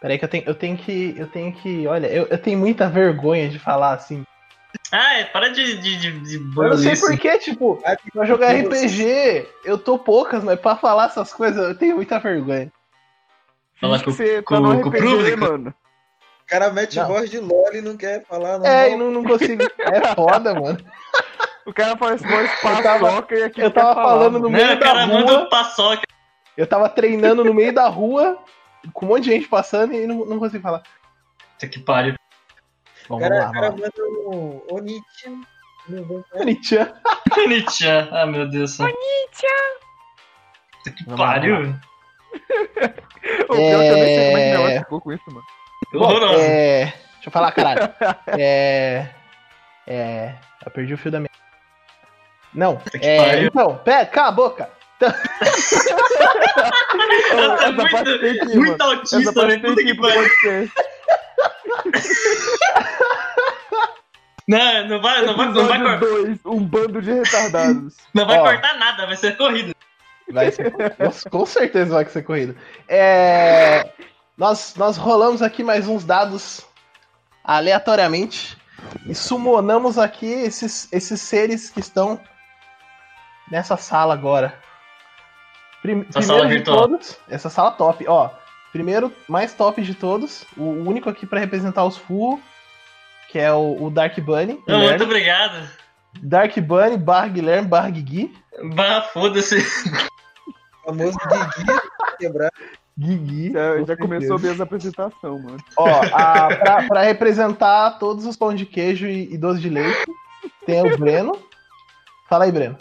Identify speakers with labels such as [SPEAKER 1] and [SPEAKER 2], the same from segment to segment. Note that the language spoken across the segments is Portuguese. [SPEAKER 1] Peraí que eu tenho, eu tenho que. Eu tenho que. Olha, eu, eu tenho muita vergonha de falar assim.
[SPEAKER 2] Ah, é, para de. de, de, de
[SPEAKER 1] Eu não sei
[SPEAKER 2] isso.
[SPEAKER 1] porquê, tipo, pra jogar RPG, eu tô poucas, mas pra falar essas coisas eu tenho muita vergonha.
[SPEAKER 2] Falar com,
[SPEAKER 3] Você
[SPEAKER 2] com-
[SPEAKER 3] tá no
[SPEAKER 2] com o
[SPEAKER 3] RPG, né,
[SPEAKER 2] público.
[SPEAKER 3] mano?
[SPEAKER 4] O cara mete
[SPEAKER 1] Não.
[SPEAKER 4] voz de LOL e não quer falar, não.
[SPEAKER 1] É, e não, não consigo. É foda, mano.
[SPEAKER 3] O cara faz voz
[SPEAKER 1] tava-
[SPEAKER 3] paçoca e aqui tá
[SPEAKER 1] Eu tava falando no meio
[SPEAKER 2] Não, o
[SPEAKER 1] da
[SPEAKER 2] cara
[SPEAKER 1] rua.
[SPEAKER 2] manda um paçoca.
[SPEAKER 1] Eu tava treinando no meio da rua, com um monte de gente passando e não, não consegui falar.
[SPEAKER 2] Puta que pariu.
[SPEAKER 1] Bom,
[SPEAKER 4] O cara, o
[SPEAKER 1] vamos lá,
[SPEAKER 4] cara
[SPEAKER 1] vamos lá.
[SPEAKER 4] manda um Onichi. Não vou falar.
[SPEAKER 1] Bonitinha.
[SPEAKER 2] Nichan. Ah, meu Deus. do céu. Puta que
[SPEAKER 1] Vamos lá, vamos
[SPEAKER 2] pariu.
[SPEAKER 3] O pior é... que eu nem sei como é que minha
[SPEAKER 1] É.
[SPEAKER 3] voz ficou com isso, mano.
[SPEAKER 1] Bom,
[SPEAKER 2] Horroroso.
[SPEAKER 1] é... Deixa eu falar, caralho. É... É... Eu perdi o fio da minha... Não,
[SPEAKER 2] que
[SPEAKER 1] é...
[SPEAKER 2] pariu.
[SPEAKER 1] Então, pera, cala a boca.
[SPEAKER 2] Nossa, é
[SPEAKER 3] Essa parte
[SPEAKER 2] muito,
[SPEAKER 3] tem que ir, mano.
[SPEAKER 2] muito
[SPEAKER 3] Essa
[SPEAKER 2] autista, velho.
[SPEAKER 3] parte tem
[SPEAKER 2] né? Puta
[SPEAKER 3] que ir
[SPEAKER 2] que
[SPEAKER 3] pro
[SPEAKER 2] pariu.
[SPEAKER 3] podcast.
[SPEAKER 2] Não, não vai, não vai, não vai,
[SPEAKER 3] Episódio
[SPEAKER 2] cor-
[SPEAKER 3] 2, um bando de retardados.
[SPEAKER 2] não vai
[SPEAKER 1] Ó.
[SPEAKER 2] cortar nada, vai ser corrida.
[SPEAKER 1] Vai ser... Nossa, com certeza vai ser corrido. É... Nós, nós rolamos aqui mais uns dados aleatoriamente e sumonamos aqui esses, esses seres que estão nessa sala agora. Prim-
[SPEAKER 2] Essa sala
[SPEAKER 1] de
[SPEAKER 2] virtual.
[SPEAKER 1] todos, essa sala top, ó. Primeiro, mais top de todos, o único aqui pra representar os Furro, que é o, o Dark Bunny.
[SPEAKER 2] Não,
[SPEAKER 1] Guilherme.
[SPEAKER 2] muito obrigado.
[SPEAKER 1] Dark Bunny, barra Guilherme, barra Gui.
[SPEAKER 2] Bah, foda-se.
[SPEAKER 4] O famoso Guigui quebrar.
[SPEAKER 1] Gui.
[SPEAKER 3] Já, já começou bem as apresentações, mano.
[SPEAKER 1] Ó, a- pra, pra representar todos os pão de queijo e, e doce de leite, tem o Breno. Fala aí, Breno.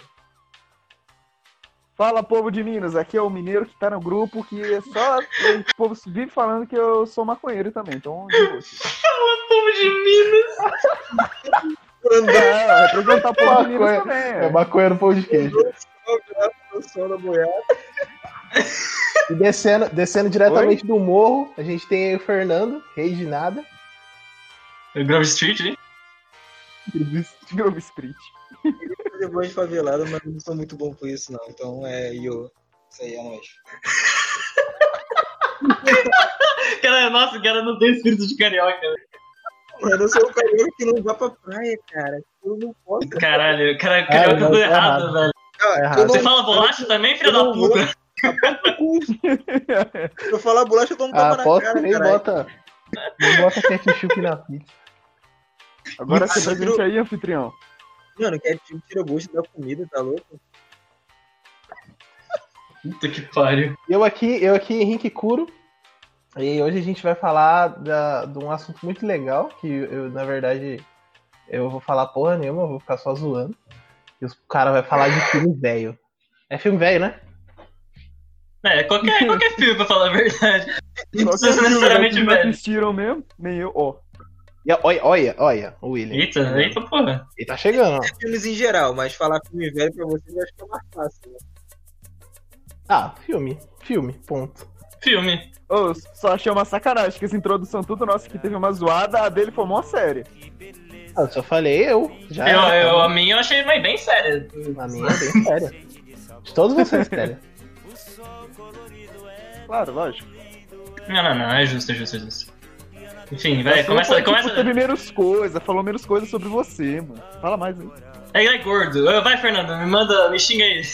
[SPEAKER 3] Fala, povo de Minas. Aqui é o mineiro que tá no grupo, que é só... o povo vive falando que eu sou maconheiro também, então... de boa.
[SPEAKER 2] Povo de Minas.
[SPEAKER 4] Andar
[SPEAKER 3] Ah, representar o povo de Minas
[SPEAKER 1] Maconha.
[SPEAKER 3] também.
[SPEAKER 1] É maconha no pão de queijo.
[SPEAKER 4] no sol da boiada.
[SPEAKER 1] E descendo, descendo diretamente do morro, a gente tem aí o Fernando, rei de nada.
[SPEAKER 2] É Grove Street, hein?
[SPEAKER 3] Grove Street.
[SPEAKER 4] Depois de favelado, mas eu não sou muito bom com isso, não. Então é Yo. Isso aí é nóis.
[SPEAKER 2] Cara, nossa, o cara não tem espírito de carioca.
[SPEAKER 4] Mano, eu sou o carioca que não vai pra praia, cara. Eu não posso.
[SPEAKER 2] Caralho, cara,
[SPEAKER 1] Ah,
[SPEAKER 2] carioca
[SPEAKER 1] não,
[SPEAKER 2] tudo
[SPEAKER 1] tá
[SPEAKER 2] errado,
[SPEAKER 1] errado.
[SPEAKER 2] velho.
[SPEAKER 4] Cara,
[SPEAKER 1] errado.
[SPEAKER 4] Ah, eu não-
[SPEAKER 2] Você fala bolacha também, filha
[SPEAKER 4] eu
[SPEAKER 2] da
[SPEAKER 4] não vou-
[SPEAKER 2] puta?
[SPEAKER 4] Se eu falar bolacha, eu tomo tapa na
[SPEAKER 1] Aposto que
[SPEAKER 4] cara,
[SPEAKER 1] nem
[SPEAKER 4] cara.
[SPEAKER 1] Ah, bota. Nem bota ketchup na pizza.
[SPEAKER 3] Agora
[SPEAKER 4] Isso,
[SPEAKER 3] você pra gente aí, anfitrião.
[SPEAKER 4] Mano, que é tipo tira o gosto da comida, tá louco?
[SPEAKER 2] Puta que pariu.
[SPEAKER 1] Eu aqui, eu aqui, Henrique Curo. E hoje a gente vai falar da- de um assunto muito legal, que eu, na verdade, eu vou falar porra nenhuma, eu vou ficar só zoando. E os cara vai falar de filme velho. É filme velho, né?
[SPEAKER 2] É, qualquer, qualquer filme, pra falar a verdade. Não precisa
[SPEAKER 3] Só que vocês
[SPEAKER 2] necessariamente
[SPEAKER 3] não
[SPEAKER 2] velho.
[SPEAKER 3] assistiram mesmo, nem eu, ó.
[SPEAKER 1] E a- olha, olha, olha, o William.
[SPEAKER 2] Eita, eita porra.
[SPEAKER 1] Ele tá chegando, ó.
[SPEAKER 4] Filmes em geral, mas falar filme velho pra vocês eu acho que é mais fácil. Né?
[SPEAKER 1] Ah, filme, filme, ponto.
[SPEAKER 2] Filme.
[SPEAKER 3] Ô, só achei uma sacanagem que essa introdução tudo nossa que teve uma zoada, a dele foi mó séria.
[SPEAKER 1] Ah, eu só falei eu. Já
[SPEAKER 4] É,
[SPEAKER 2] Eu,
[SPEAKER 1] era,
[SPEAKER 2] eu,
[SPEAKER 1] tá
[SPEAKER 2] a minha eu achei mas bem séria.
[SPEAKER 1] bom. A minha é bem séria. De todos vocês, séria.
[SPEAKER 3] Claro, lógico.
[SPEAKER 2] Não, não, não, é justo, é justo, é justo. Enfim, vai,
[SPEAKER 3] Mas
[SPEAKER 2] É, começa,
[SPEAKER 3] foi, tipo,
[SPEAKER 2] começa.
[SPEAKER 3] Teve menos coisa, falou menos coisa sobre você, mano. Fala mais aí.
[SPEAKER 2] É, é gordo. Ah, Vai, Fernando, me manda, me xinga aí.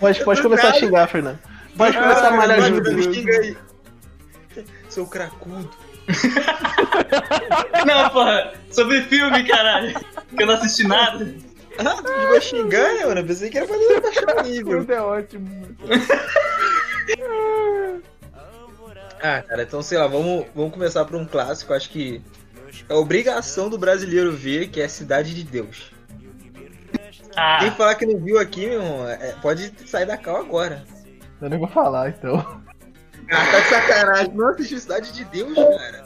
[SPEAKER 1] Pode, pode começar a xingar, Fernando. Pode começar a
[SPEAKER 4] Ah,
[SPEAKER 1] malhar
[SPEAKER 4] vai,
[SPEAKER 1] junto.
[SPEAKER 4] me xinga aí. Seu cracudo.
[SPEAKER 2] Não, porra, sobre filme, caralho. Que eu não assisti nada.
[SPEAKER 4] Ah, tu vai xingar, né, mano? Eu pensei que era pra fazer baixar o nível.
[SPEAKER 3] Tudo é ótimo. mano.
[SPEAKER 4] Ah, cara, então sei lá, vamos, vamos começar por um clássico. Acho que é obrigação do brasileiro ver que é Cidade de Deus.
[SPEAKER 2] Ah,
[SPEAKER 4] Quem falar que não viu aqui, meu irmão, é- pode sair da cal agora.
[SPEAKER 1] Eu não vou falar, então.
[SPEAKER 4] Ah, tá de sacanagem. Não assistiu Cidade de Deus, cara.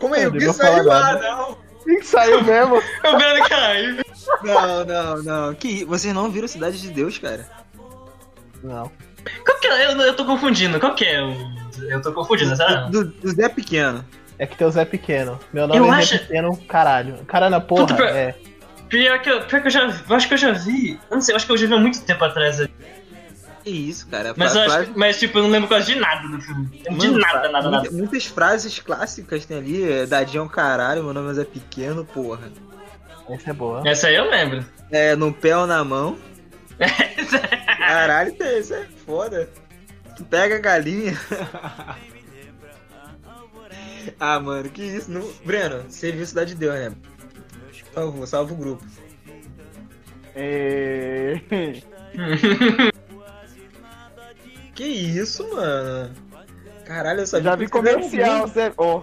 [SPEAKER 4] Como é?
[SPEAKER 1] Eu
[SPEAKER 4] O
[SPEAKER 1] não
[SPEAKER 4] que
[SPEAKER 1] vou
[SPEAKER 4] saiu
[SPEAKER 1] falar né?
[SPEAKER 4] lá, não?
[SPEAKER 1] Quem que saiu mesmo?
[SPEAKER 2] o velho caiu.
[SPEAKER 4] Não, não, não. Que... Vocês não viram Cidade de Deus, cara?
[SPEAKER 1] Não.
[SPEAKER 2] Qual que é? Eu, eu tô confundindo. Qual que é? o- Eu tô confundindo, sabe?
[SPEAKER 4] Do, do Zé Pequeno.
[SPEAKER 1] É que teu Zé é pequeno. Meu nome
[SPEAKER 2] Eu
[SPEAKER 1] é Zé
[SPEAKER 2] acho-
[SPEAKER 1] Pequeno, caralho. Cara na porra,
[SPEAKER 2] Puta, pra-
[SPEAKER 1] é.
[SPEAKER 2] Pior que, eu, pior que eu já eu acho que eu já vi. Eu não sei, eu acho que eu já vi há muito tempo atrás.
[SPEAKER 4] Que isso, cara.
[SPEAKER 2] Mas,
[SPEAKER 4] Fra-
[SPEAKER 2] eu acho
[SPEAKER 4] frase-
[SPEAKER 2] que- mas, tipo, eu não lembro quase de nada do filme. Lembro de
[SPEAKER 4] Mano,
[SPEAKER 2] nada, nada,
[SPEAKER 4] muita-
[SPEAKER 2] nada.
[SPEAKER 4] Muitas frases clássicas tem ali. é, Dadinho é um caralho, meu nome é Zé Pequeno, porra.
[SPEAKER 1] Essa é boa.
[SPEAKER 2] Essa aí eu lembro.
[SPEAKER 4] É, num pé ou na mão. Caralho, tem- isso é foda. Tu pega a galinha. ah, mano, que isso. Não... Breno, serviço dá de Deus, né? Por favor, salva o grupo.
[SPEAKER 3] É...
[SPEAKER 4] Que isso, mano. Caralho, eu sabia que
[SPEAKER 3] Já
[SPEAKER 4] um
[SPEAKER 3] vi
[SPEAKER 4] isso era
[SPEAKER 3] comercial,
[SPEAKER 4] ruim.
[SPEAKER 3] sério. Ó.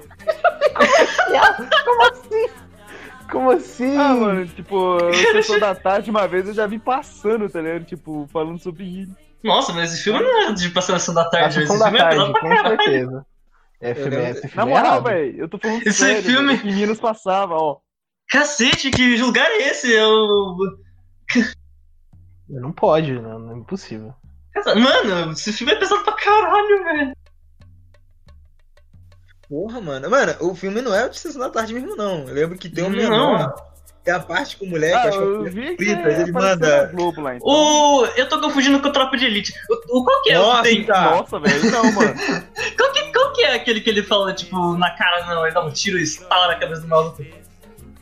[SPEAKER 1] Como assim?
[SPEAKER 3] Ah, mano, tipo, sessão da tarde uma vez eu já vi passando, tá ligado? Tipo, falando sobre.
[SPEAKER 2] Nossa, mas esse filme não é de passar sessão da
[SPEAKER 1] A
[SPEAKER 2] tarde. Esse
[SPEAKER 1] sessão da
[SPEAKER 2] filme é
[SPEAKER 1] tarde,
[SPEAKER 2] brabo.
[SPEAKER 1] com certeza. É,
[SPEAKER 4] Eu
[SPEAKER 1] filme,
[SPEAKER 4] lembro-
[SPEAKER 1] esse filme
[SPEAKER 3] Na
[SPEAKER 1] é
[SPEAKER 3] moral,
[SPEAKER 1] errado.
[SPEAKER 3] velho, eu tô falando
[SPEAKER 2] Esse
[SPEAKER 3] sério,
[SPEAKER 2] filme-
[SPEAKER 3] mano, que Minas passava, ó.
[SPEAKER 2] Cacete, que lugar é esse? Eu...
[SPEAKER 1] Não pode, não, não é impossível.
[SPEAKER 2] Mano, esse filme é pesado pra caralho, velho.
[SPEAKER 4] Porra, mano. Mano, o filme não é de sessão da tarde mesmo, não. Eu lembro que tem um
[SPEAKER 2] Não.
[SPEAKER 4] menor. Tem a parte com o moleque,
[SPEAKER 3] Ah,
[SPEAKER 4] acho que é o
[SPEAKER 3] eu vi que
[SPEAKER 4] Flipas, ele
[SPEAKER 3] apareceu
[SPEAKER 4] manda-
[SPEAKER 3] na Globo lá, então.
[SPEAKER 2] O... Eu tô confundindo com o Tropa de Elite. O, o- qual que é? o que
[SPEAKER 4] Nossa,
[SPEAKER 2] tem?
[SPEAKER 4] tá.
[SPEAKER 3] Nossa, velho, não, mano.
[SPEAKER 2] Qual, que, qual que é aquele que ele fala, tipo, na cara, não, ele dá um tiro e estoura a cabeça do maluco?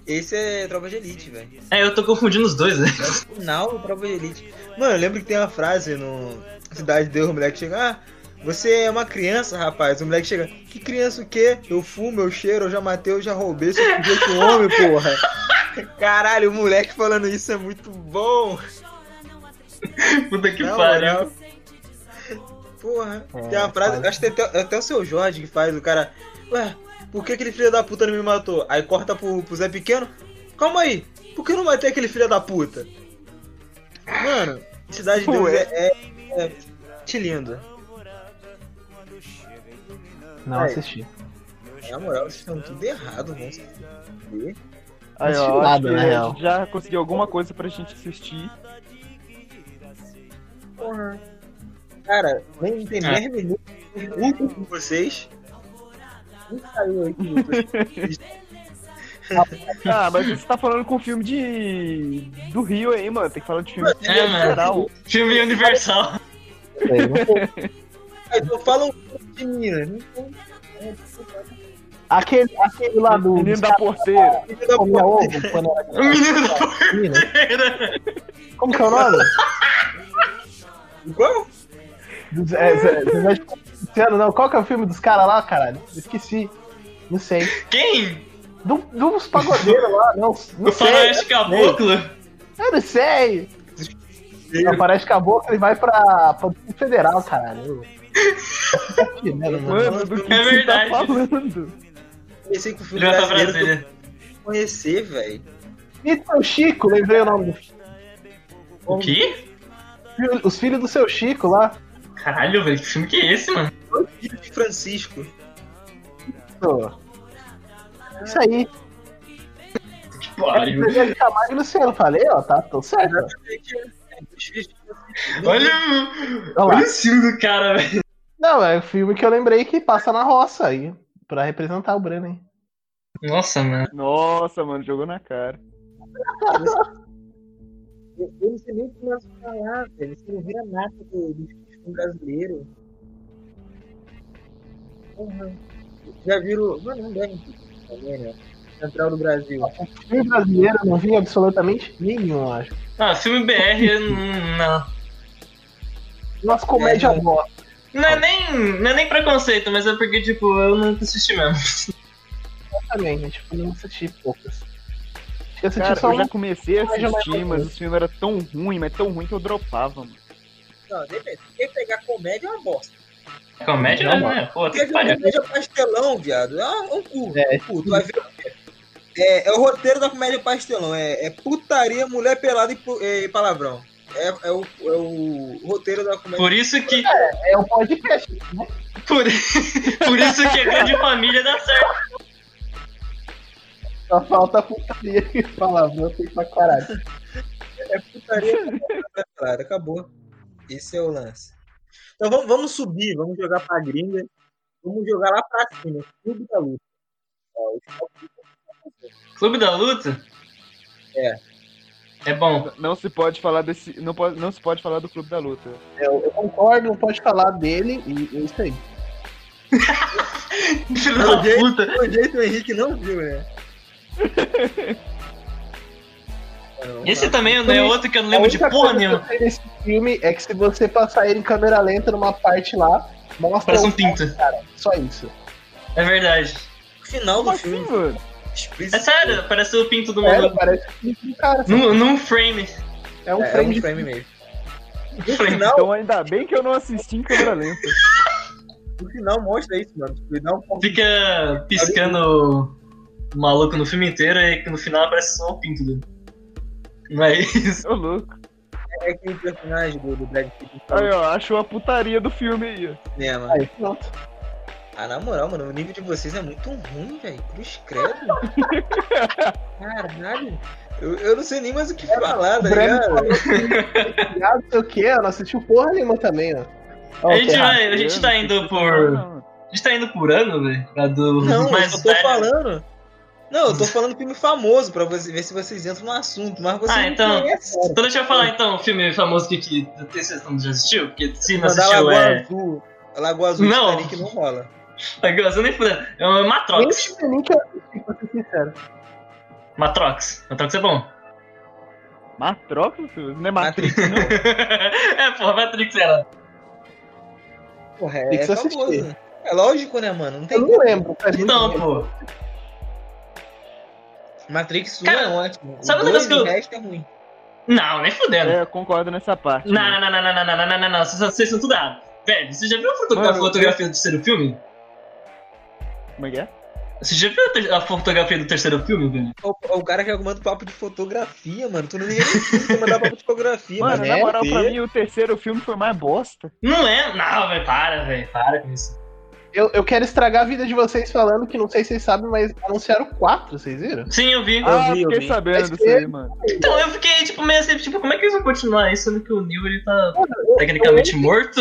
[SPEAKER 4] Esse é Tropa de Elite, velho.
[SPEAKER 2] É, eu tô confundindo os dois, né?
[SPEAKER 4] Final Tropa de Elite. Mano, eu lembro que tem uma frase no Cidade de Deus, o moleque chega, ah, você é uma criança, rapaz. O moleque chega, que criança o quê? Eu fumo, eu cheiro, eu já matei, eu já roubei, sou filho de outro homem, porra. Caralho, o moleque falando isso é muito bom.
[SPEAKER 2] Puta que
[SPEAKER 4] na
[SPEAKER 2] pariu.
[SPEAKER 4] moral. Porra,
[SPEAKER 1] É,
[SPEAKER 4] tem uma frase,
[SPEAKER 1] faz-
[SPEAKER 4] acho que tem até, até o seu Jorge que faz, o cara, ué, por que aquele filho da puta não me matou? Aí corta pro, pro Zé Pequeno, calma aí, por que eu não matei aquele filho da puta? Mano, Cidade de
[SPEAKER 3] Pô,
[SPEAKER 4] Deus é, é, é te lindo.
[SPEAKER 1] Não
[SPEAKER 3] É.
[SPEAKER 4] Aí.
[SPEAKER 1] assisti.
[SPEAKER 4] Na moral, vocês estão tudo errado, né? vamos se fuder.
[SPEAKER 3] Aí, ó,
[SPEAKER 1] Nada,
[SPEAKER 3] acho que
[SPEAKER 1] na
[SPEAKER 3] a
[SPEAKER 1] real.
[SPEAKER 3] gente já conseguiu alguma coisa pra gente assistir.
[SPEAKER 4] Porra. Cara, nem tem
[SPEAKER 2] Ah.
[SPEAKER 4] 10 minutos, eu luto com vocês. Não saiu aí que eu tô
[SPEAKER 3] Ah, mas você tá falando com filme de. do Rio aí, mano. Tem que falar de filme de
[SPEAKER 2] É, mano.
[SPEAKER 3] geral.
[SPEAKER 2] Filme universal.
[SPEAKER 1] Sei, não sei.
[SPEAKER 4] Então fala um pouco de Minas. Não tem
[SPEAKER 1] aquele, aquele lá do.
[SPEAKER 3] Menino da porteira.
[SPEAKER 4] um filho da
[SPEAKER 1] Comia
[SPEAKER 4] puta.
[SPEAKER 1] ovo quando era
[SPEAKER 2] O menino da
[SPEAKER 1] menina.
[SPEAKER 2] porteira.
[SPEAKER 1] Como que é o nome?
[SPEAKER 4] Qual?
[SPEAKER 1] Do Zé- Zé- Zé de Luciano, não. Qual que é o filme dos caras lá, caralho? Esqueci. Não sei.
[SPEAKER 2] Quem?
[SPEAKER 1] Do, dos pagodeiros lá, não. Não sei.
[SPEAKER 2] O Faroeste Caboclo?
[SPEAKER 1] Eu não sei. Não, parece que a boca ele vai pra, pra Distrito Federal, caralho.
[SPEAKER 3] Mano, do que
[SPEAKER 2] É
[SPEAKER 3] você tá
[SPEAKER 2] verdade.
[SPEAKER 3] falando?
[SPEAKER 4] Pensei que o filme
[SPEAKER 2] Ele vai pra
[SPEAKER 4] brasileiro que eu
[SPEAKER 2] Brasília.
[SPEAKER 4] não conhecer, velho.
[SPEAKER 1] Filho do seu Então, Chico, lembrei o nome do
[SPEAKER 2] O quê?
[SPEAKER 1] filho, Os filhos do seu Chico lá.
[SPEAKER 2] Caralho, velho, que filme que é esse, mano?
[SPEAKER 4] Filho de Francisco.
[SPEAKER 1] Pô. Isso aí.
[SPEAKER 2] Que pariu.
[SPEAKER 1] Lembrei de Camargo e Luciano. Falei, ó, tá, tô certo.
[SPEAKER 2] Olha, o-
[SPEAKER 1] Olha lá.
[SPEAKER 2] olha o estilo do cara, velho.
[SPEAKER 1] Não, é o filme que eu lembrei que passa na roça aí. Pra representar o Breno, hein?
[SPEAKER 2] Nossa, mano.
[SPEAKER 3] Nossa, mano, jogou na cara.
[SPEAKER 4] Eu eu não sei nem o que começa a falar, velho. Você não vira nada do, do filme brasileiro. Porra. Já viram. Mano, não deve também, né? Central do Brasil.
[SPEAKER 1] Filme brasileiro, eu não vi absolutamente nenhum, acho.
[SPEAKER 2] Ah, filme BR, eu não- não.
[SPEAKER 1] Nossa, comédia
[SPEAKER 4] É, não.
[SPEAKER 1] bosta.
[SPEAKER 2] Não é, nem, não é nem preconceito, mas é porque, tipo, eu nunca assisti mesmo.
[SPEAKER 1] também, né? Tipo, eu não assisti poucas. Acho que eu assisti
[SPEAKER 3] Cara,
[SPEAKER 1] só um.
[SPEAKER 3] eu
[SPEAKER 1] uma.
[SPEAKER 3] já comecei a
[SPEAKER 1] Mas já vai
[SPEAKER 3] assistir, mas o filme era tão ruim, mas tão ruim que eu dropava, mano.
[SPEAKER 4] Não, depende. Quem pegar comédia é uma bosta.
[SPEAKER 2] Comédia,
[SPEAKER 1] Não,
[SPEAKER 2] né? Pô,
[SPEAKER 4] Porque
[SPEAKER 2] que pariu.
[SPEAKER 4] comédia pastelão, viado. É um, é um cu.
[SPEAKER 1] É.
[SPEAKER 4] cu. Tu vai ver o quê? É, é o roteiro da comédia pastelão. É, é putaria, mulher pelada e, pu- e palavrão. É, é o, é o roteiro da comédia.
[SPEAKER 2] Por isso que.
[SPEAKER 1] É o podcast. né?
[SPEAKER 2] Por, por isso que a grande família dá certo.
[SPEAKER 1] Só falta a putaria que falava, eu sei pra caralho.
[SPEAKER 4] É putaria e mulher pelada. Acabou. Esse é o lance. Então vamos, vamos subir, vamos jogar pra gringa. Vamos jogar lá pra cima. Clube da luta. Ó,
[SPEAKER 2] Clube da Luta? É bom.
[SPEAKER 3] Não se pode falar desse. Não, pode, não se pode falar do Clube da Luta.
[SPEAKER 1] É, Eu, eu concordo, não pode falar dele e é isso aí.
[SPEAKER 2] Filho da
[SPEAKER 4] Pelo jeito,
[SPEAKER 2] puta.
[SPEAKER 4] pelo jeito o Henrique não viu, né? Não,
[SPEAKER 2] Esse
[SPEAKER 4] tá.
[SPEAKER 2] também é outro que eu não lembro de
[SPEAKER 1] A única
[SPEAKER 2] porra
[SPEAKER 1] coisa
[SPEAKER 2] nenhuma.
[SPEAKER 1] que eu sei desse filme é que se você passar ele em câmera lenta numa parte lá, mostra
[SPEAKER 2] Parece um
[SPEAKER 1] o-
[SPEAKER 2] pinto.
[SPEAKER 1] só isso.
[SPEAKER 2] É verdade.
[SPEAKER 4] O final
[SPEAKER 3] Como
[SPEAKER 4] do
[SPEAKER 3] assim,
[SPEAKER 4] filme
[SPEAKER 3] mano?
[SPEAKER 4] explícito.
[SPEAKER 2] É sério, parece o pinto do
[SPEAKER 1] Sério,
[SPEAKER 2] maluco.
[SPEAKER 1] parece um pinto do cara.
[SPEAKER 2] Num, num frame.
[SPEAKER 1] É um
[SPEAKER 4] É, é
[SPEAKER 1] frame
[SPEAKER 4] um
[SPEAKER 1] de
[SPEAKER 4] frame mesmo.
[SPEAKER 2] Um frame.
[SPEAKER 4] Não.
[SPEAKER 3] Então ainda bem que eu não assisti em câmera lenta.
[SPEAKER 4] O final mostra isso, mano. Tipo, ele dá um ponto
[SPEAKER 2] Fica piscando o maluco no filme inteiro e no final aparece só o pinto dele. Não é isso?
[SPEAKER 3] Ô louco.
[SPEAKER 4] é que o personagem do, do Brad Pitt
[SPEAKER 3] Aí, ó, achou a putaria do filme aí. ó.
[SPEAKER 4] né, mano?
[SPEAKER 1] Aí, pronto.
[SPEAKER 4] Ah, na moral, mano, o nível de vocês é muito ruim, velho. Cruz credo. Caralho. Eu, eu não sei nem mais o que falar, tá
[SPEAKER 1] Breno
[SPEAKER 4] ligado?
[SPEAKER 1] falou que não sei o que, ela não assistiu porra nenhuma também, ó. Ó,
[SPEAKER 2] A gente,
[SPEAKER 1] Ferraz.
[SPEAKER 2] vai, a gente tá indo
[SPEAKER 3] Não,
[SPEAKER 2] por.
[SPEAKER 3] não.
[SPEAKER 2] A gente tá indo por ano, velho? Pra do
[SPEAKER 4] Não,
[SPEAKER 2] dos mais
[SPEAKER 4] eu tô
[SPEAKER 2] velhos.
[SPEAKER 4] falando. Não, eu tô falando filme famoso pra você ver se vocês entram no assunto, mas vocês
[SPEAKER 2] Ah,
[SPEAKER 4] não
[SPEAKER 2] então.
[SPEAKER 4] conhecem.
[SPEAKER 2] Então deixa eu falar então o filme famoso que, que eu tenho certeza que todo mundo já assistiu, porque se não
[SPEAKER 4] Mas da
[SPEAKER 2] assistiu
[SPEAKER 4] Lagoa
[SPEAKER 2] é.
[SPEAKER 4] Azul. A Lagoa Azul
[SPEAKER 2] Não.
[SPEAKER 4] não. Titanic não rola.
[SPEAKER 2] Agora, eu nem fudendo. É o
[SPEAKER 1] Nem o
[SPEAKER 2] Matrox.
[SPEAKER 1] Titanic eu assisti, pra ser sincero.
[SPEAKER 2] Matrox. Matrox é bom.
[SPEAKER 3] Matrox, filho? não é Matrix, não.
[SPEAKER 2] é, porra, Matrix era.
[SPEAKER 4] Porra,
[SPEAKER 1] Tem
[SPEAKER 4] é
[SPEAKER 1] que se assistir.
[SPEAKER 4] famoso. É lógico, né, mano? Não tem
[SPEAKER 1] Eu não lembro. pra mim,
[SPEAKER 2] Então,
[SPEAKER 1] né?
[SPEAKER 2] pô.
[SPEAKER 4] Matrix 1
[SPEAKER 2] Cara,
[SPEAKER 4] é ótimo.
[SPEAKER 2] sabe
[SPEAKER 4] o
[SPEAKER 2] um negócio
[SPEAKER 4] dois,
[SPEAKER 2] que eu-
[SPEAKER 4] O resto é ruim.
[SPEAKER 2] Não, nem fudendo.
[SPEAKER 3] É, eu concordo nessa parte. né?
[SPEAKER 2] Não, não, não, não, não, não, não, não, não, não. Vocês, vocês são tudo errado. Velho, você já viu a fotogra-
[SPEAKER 3] Mano,
[SPEAKER 2] a fotografia do terceiro filme?
[SPEAKER 3] Como é que é?
[SPEAKER 2] Você já viu a ter- a, fotografia do terceiro filme, velho?
[SPEAKER 4] O, o cara que argumenta papo de fotografia, mano. Tu não liga nem filme pra mandar papo de fotografia,
[SPEAKER 3] Mano,
[SPEAKER 4] mano.
[SPEAKER 3] na
[SPEAKER 4] É,
[SPEAKER 3] moral, pra
[SPEAKER 4] é.
[SPEAKER 3] mim, o terceiro filme foi mais bosta.
[SPEAKER 2] Não é? Não, velho, para, velho, para com isso.
[SPEAKER 1] Eu, eu quero estragar a vida de vocês falando que não sei se vocês sabem, mas anunciaram quatro, vocês viram?
[SPEAKER 2] Sim, eu vi.
[SPEAKER 3] ah, tá.
[SPEAKER 4] vi, eu
[SPEAKER 3] fiquei
[SPEAKER 4] vi.
[SPEAKER 3] sabendo
[SPEAKER 1] Mas
[SPEAKER 3] disso aí, mano.
[SPEAKER 2] Então eu fiquei, tipo, meio assim, tipo, como é que eles vão continuar isso, sendo que o Neil, ele tá
[SPEAKER 1] Eu-
[SPEAKER 2] tecnicamente morto?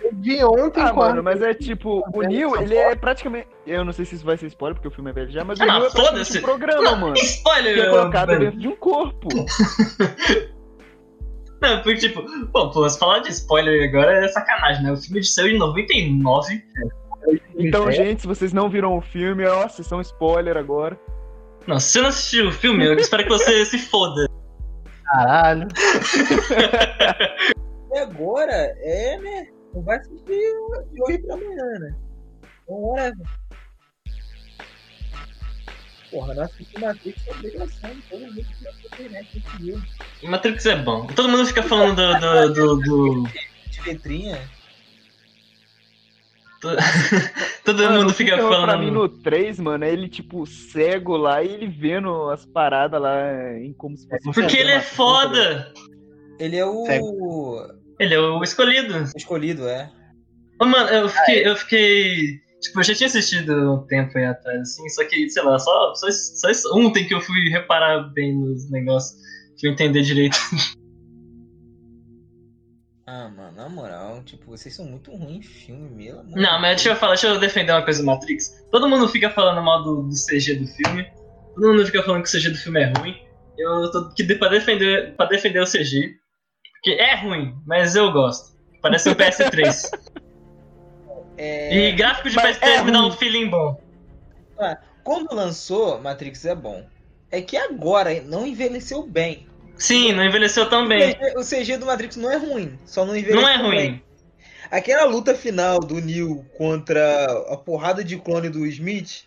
[SPEAKER 1] Eu vi ontem
[SPEAKER 3] Ah,
[SPEAKER 1] com a-
[SPEAKER 3] mano, mas é tipo, o
[SPEAKER 1] vendo
[SPEAKER 3] Neil,
[SPEAKER 1] essa
[SPEAKER 3] ele é praticamente. Eu não sei se isso vai ser spoiler, porque o filme é velho já, mas o
[SPEAKER 2] Ah,
[SPEAKER 3] Neil é praticamente
[SPEAKER 2] foda-se.
[SPEAKER 3] um programa, mano.
[SPEAKER 2] Spoiler,
[SPEAKER 3] Que é colocado
[SPEAKER 2] velho.
[SPEAKER 3] dentro de um corpo.
[SPEAKER 2] Não, porque, tipo, pô, pô, se falar de spoiler agora é sacanagem, né? O filme de saiu em 99.
[SPEAKER 3] Então,
[SPEAKER 1] É.
[SPEAKER 3] gente, se vocês não viram o filme, ó, vocês são spoiler agora.
[SPEAKER 2] Não, se você não assistiu o filme, eu espero que você se foda.
[SPEAKER 1] Caralho.
[SPEAKER 4] E agora é, né? Não vai assistir de hoje pra amanhã, né? Então, hora. Porra, não assisti Matrix é obrigação. Todo mundo que é vai pra internet, conseguiu.
[SPEAKER 2] Matrix é bom. Todo mundo fica falando do. do, do, do-
[SPEAKER 4] De letrinha.
[SPEAKER 2] todo
[SPEAKER 3] Mano,
[SPEAKER 2] mundo
[SPEAKER 3] o que
[SPEAKER 2] fica
[SPEAKER 3] ferrou Pra mim
[SPEAKER 2] falando.
[SPEAKER 3] no 3, mano, é ele, tipo, cego lá e ele vendo as paradas lá em como se fosse. um
[SPEAKER 2] Porque ele é
[SPEAKER 3] programa, tá ligado?
[SPEAKER 2] foda!
[SPEAKER 4] Ele é o.
[SPEAKER 1] Segue.
[SPEAKER 4] o
[SPEAKER 2] Ele é o escolhido.
[SPEAKER 4] Escolhido, é.
[SPEAKER 2] Ô, Mano, eu fiquei, eu fiquei. Tipo, eu já tinha assistido um tempo aí atrás, assim, só que, sei lá, só, só, só isso- ontem que eu fui reparar bem nos negócios, fui entender direito.
[SPEAKER 4] Ah, mano, na moral, tipo, vocês são muito ruins em filme, meu amor.
[SPEAKER 2] Não, mas deixa eu falar, deixa eu defender uma coisa do Matrix. Todo mundo fica falando mal do, do CG do filme, todo mundo fica falando que o CG do filme é ruim. Eu tô aqui de- pra defender, pra defender o CG, porque é ruim, mas eu gosto. Parece um PS3.
[SPEAKER 4] É,
[SPEAKER 2] E gráfico de
[SPEAKER 3] Mas
[SPEAKER 2] PS3
[SPEAKER 3] é
[SPEAKER 2] me dá um
[SPEAKER 3] ruim.
[SPEAKER 2] feeling bom.
[SPEAKER 4] Quando lançou, Matrix é bom. É que agora não envelheceu bem.
[SPEAKER 2] Sim, não envelheceu tão bem.
[SPEAKER 4] O CG do Matrix não é ruim, só não envelheceu
[SPEAKER 2] Não é
[SPEAKER 4] bem.
[SPEAKER 2] ruim.
[SPEAKER 4] Aquela luta final do Neo contra a porrada de clone do Smith.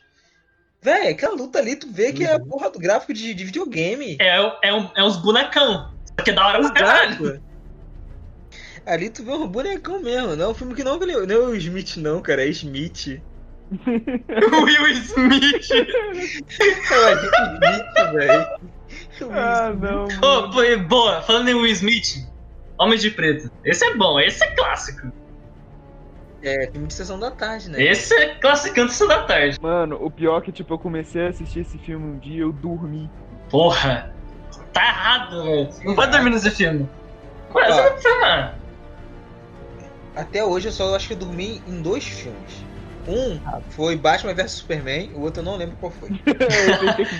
[SPEAKER 4] Véi, aquela luta ali, tu vê que é a porra do gráfico de, de videogame.
[SPEAKER 2] É, é, um- é uns bonecão. Só que é da hora pra caralho.
[SPEAKER 4] Exato. Ali tu vê um bonecão mesmo, não é um filme que não envelheceu. Não é o Smith, não, cara, é Smith.
[SPEAKER 2] Will Smith.
[SPEAKER 4] Eu achei É Smith, velho.
[SPEAKER 3] Ah, não.
[SPEAKER 2] Oh,
[SPEAKER 3] mano.
[SPEAKER 2] pô, e boa, falando em Will Smith, Homem de Preto. Esse é bom, esse é clássico.
[SPEAKER 4] É, filme de sessão da tarde, né?
[SPEAKER 2] Esse é classicão da da tarde.
[SPEAKER 3] Mano, o pior é que, tipo, eu comecei a assistir esse filme um dia, eu dormi.
[SPEAKER 2] Porra. Tá errado, velho. Não
[SPEAKER 4] É.
[SPEAKER 2] pode dormir nesse filme. Ué, você
[SPEAKER 4] Ah.
[SPEAKER 2] vai funcionar.
[SPEAKER 4] Até hoje eu só acho que eu dormi em dois filmes. Um foi Batman vs Superman, o outro eu não lembro qual foi.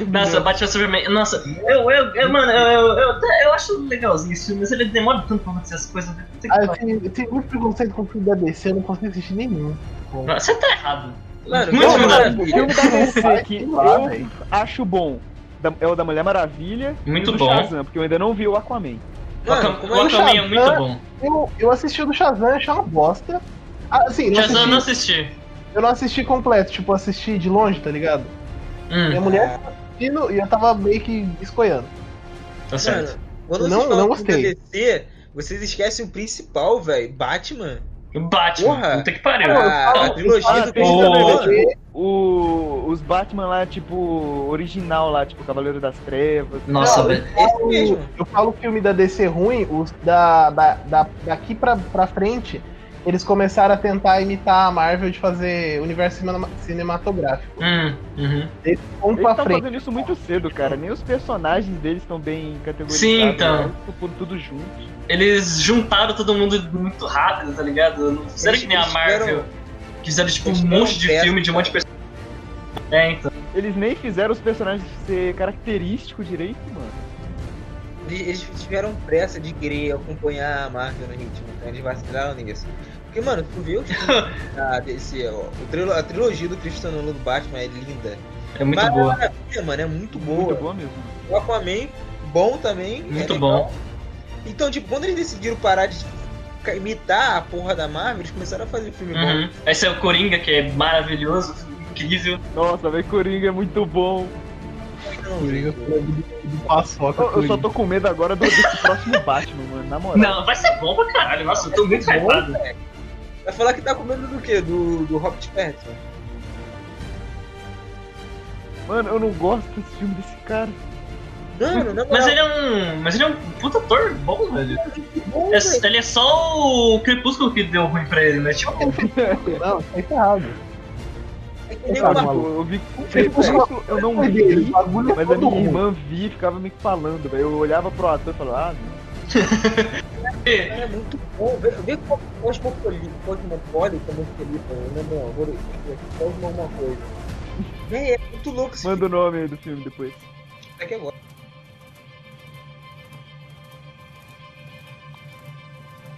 [SPEAKER 2] Nossa, Batman Superman. Nossa, eu, eu, eu mano, eu, eu, eu, até- eu acho legalzinho esse filme, mas ele demora tanto pra acontecer as coisas. né? puta que
[SPEAKER 1] Ah, eu
[SPEAKER 2] pariu.
[SPEAKER 1] tenho, eu tenho muito preconceito com o filme da DC, eu não consigo assistir nenhum.
[SPEAKER 2] Não, Você tá errado.
[SPEAKER 4] Claro,
[SPEAKER 2] Muito
[SPEAKER 4] não,
[SPEAKER 2] verdade.
[SPEAKER 4] mano,
[SPEAKER 3] O filme da DC que
[SPEAKER 1] Lá,
[SPEAKER 3] eu
[SPEAKER 1] velho.
[SPEAKER 3] acho bom da- é o da Mulher Maravilha e
[SPEAKER 2] Muito
[SPEAKER 3] o do
[SPEAKER 2] bom.
[SPEAKER 3] Shazam, porque eu ainda não vi o Aquaman.
[SPEAKER 2] O Aquam-
[SPEAKER 4] Mano, como
[SPEAKER 2] o
[SPEAKER 4] é
[SPEAKER 1] eu
[SPEAKER 2] Aquaman é
[SPEAKER 1] Shazam?
[SPEAKER 2] muito bom.
[SPEAKER 1] Eu, eu assisti o do Shazam, eu achei uma bosta. Ah, assim, não
[SPEAKER 2] Shazam eu não
[SPEAKER 1] assisti,
[SPEAKER 2] assisti.
[SPEAKER 1] eu não assisti completo, tipo, assisti de longe, tá ligado? Minha
[SPEAKER 2] Hum,
[SPEAKER 1] mulher tava assistindo e eu tava meio que escoiando.
[SPEAKER 2] tá
[SPEAKER 4] Mano,
[SPEAKER 2] certo.
[SPEAKER 4] quando vocês
[SPEAKER 1] Não-
[SPEAKER 4] falam
[SPEAKER 1] não
[SPEAKER 4] do filme
[SPEAKER 1] gostei.
[SPEAKER 4] da DC, vocês esquecem o principal, velho. Batman.
[SPEAKER 2] Batman,
[SPEAKER 4] Porra. Ah,
[SPEAKER 2] puta que pariu.
[SPEAKER 4] A, a
[SPEAKER 1] falo-
[SPEAKER 4] trilogia
[SPEAKER 3] Ah,
[SPEAKER 4] do
[SPEAKER 3] tem
[SPEAKER 4] Christopher
[SPEAKER 2] também,
[SPEAKER 4] Nolan.
[SPEAKER 1] né?
[SPEAKER 3] O, os Batman lá, tipo, original lá, tipo, Cavaleiro das Trevas.
[SPEAKER 2] Nossa,
[SPEAKER 1] Não,
[SPEAKER 2] velho.
[SPEAKER 4] Esse mesmo.
[SPEAKER 1] Eu falo filme da DC ruim, os da, da, da- daqui pra, pra frente, eles começaram a tentar imitar a Marvel de fazer universo cinema- cinematográfico.
[SPEAKER 2] Hum, uhum.
[SPEAKER 1] Um
[SPEAKER 3] Eles
[SPEAKER 1] pra
[SPEAKER 3] estão
[SPEAKER 1] frente.
[SPEAKER 3] tá fazendo isso muito cedo, cara. Nem os personagens deles estão bem categorizados.
[SPEAKER 2] Sim, então.
[SPEAKER 3] né? Eles Por tudo junto.
[SPEAKER 2] Eles juntaram todo mundo muito rápido, tá ligado? Não fizeram
[SPEAKER 4] Eles-
[SPEAKER 2] que nem a
[SPEAKER 4] eles
[SPEAKER 2] Marvel.
[SPEAKER 4] fizeram-
[SPEAKER 2] Que fizeram tipo um
[SPEAKER 4] eles fizeram
[SPEAKER 2] monte de
[SPEAKER 4] peça,
[SPEAKER 2] filme de um monte de pessoas. É, então.
[SPEAKER 3] Eles nem fizeram os personagens ser característicos direito, mano.
[SPEAKER 4] Eles eles tiveram pressa de querer acompanhar a Marvel no ritmo, então eles vacilaram nisso. Porque, mano, tu viu que a DC, ó, o trilo- a trilogia do Christian Nolan do Batman é linda.
[SPEAKER 2] É muito
[SPEAKER 4] Mas-
[SPEAKER 2] boa.
[SPEAKER 4] É, mano, é muito boa.
[SPEAKER 3] Muito boa mesmo.
[SPEAKER 4] O Aquaman, bom também. é
[SPEAKER 2] Muito
[SPEAKER 4] legal.
[SPEAKER 2] bom.
[SPEAKER 4] Então, tipo, quando eles decidiram parar de ca- imitar a porra da Marvel, eles começaram a fazer filme bom.
[SPEAKER 2] Uhum. Esse é o Coringa, que é maravilhoso, incrível.
[SPEAKER 3] Nossa, velho, Coringa é muito bom.
[SPEAKER 4] Eu não vi.
[SPEAKER 1] Coringa,
[SPEAKER 2] Uhum.
[SPEAKER 1] Coringa do- do Paçoca,
[SPEAKER 3] Eu, eu só
[SPEAKER 1] Coringa.
[SPEAKER 3] tô com medo agora do, desse próximo Batman, mano. Na moral.
[SPEAKER 2] Não, vai ser bom pra caralho. Nossa, eu tô muito hypado.
[SPEAKER 4] Vai falar que tá com medo do quê? Do, do Robert Pattinson.
[SPEAKER 3] Mano, eu não gosto desse filme desse cara.
[SPEAKER 4] Mano, na
[SPEAKER 2] Mas
[SPEAKER 4] moral,
[SPEAKER 2] ele é um. Mas ele é um puta ator bom, velho.
[SPEAKER 4] é bom,
[SPEAKER 2] É-
[SPEAKER 4] velho.
[SPEAKER 2] ele é só o Crepúsculo que deu ruim pra ele, né? Tipo,
[SPEAKER 1] Não, isso aí tá errado.
[SPEAKER 4] É que nem
[SPEAKER 1] Tá
[SPEAKER 4] uma
[SPEAKER 1] bom.
[SPEAKER 3] Mano, eu, eu vi
[SPEAKER 1] Crepúsculo-
[SPEAKER 3] eu não
[SPEAKER 1] Foi dele, o
[SPEAKER 3] vi,
[SPEAKER 1] bagulho é
[SPEAKER 3] mas a
[SPEAKER 1] todo
[SPEAKER 3] minha
[SPEAKER 1] ruim.
[SPEAKER 3] irmã vi e ficava me falando, velho. Eu olhava pro ator e falava, ah, não.
[SPEAKER 2] ele-
[SPEAKER 4] cara é muito bom. Vê, vê como Cosmopolita, Cosmopolita, muito bonita, né, meu amor? Cosmo alguma coisa. Véi, é muito louco esse
[SPEAKER 3] Manda o nome aí do filme depois.
[SPEAKER 4] filme aqui agora.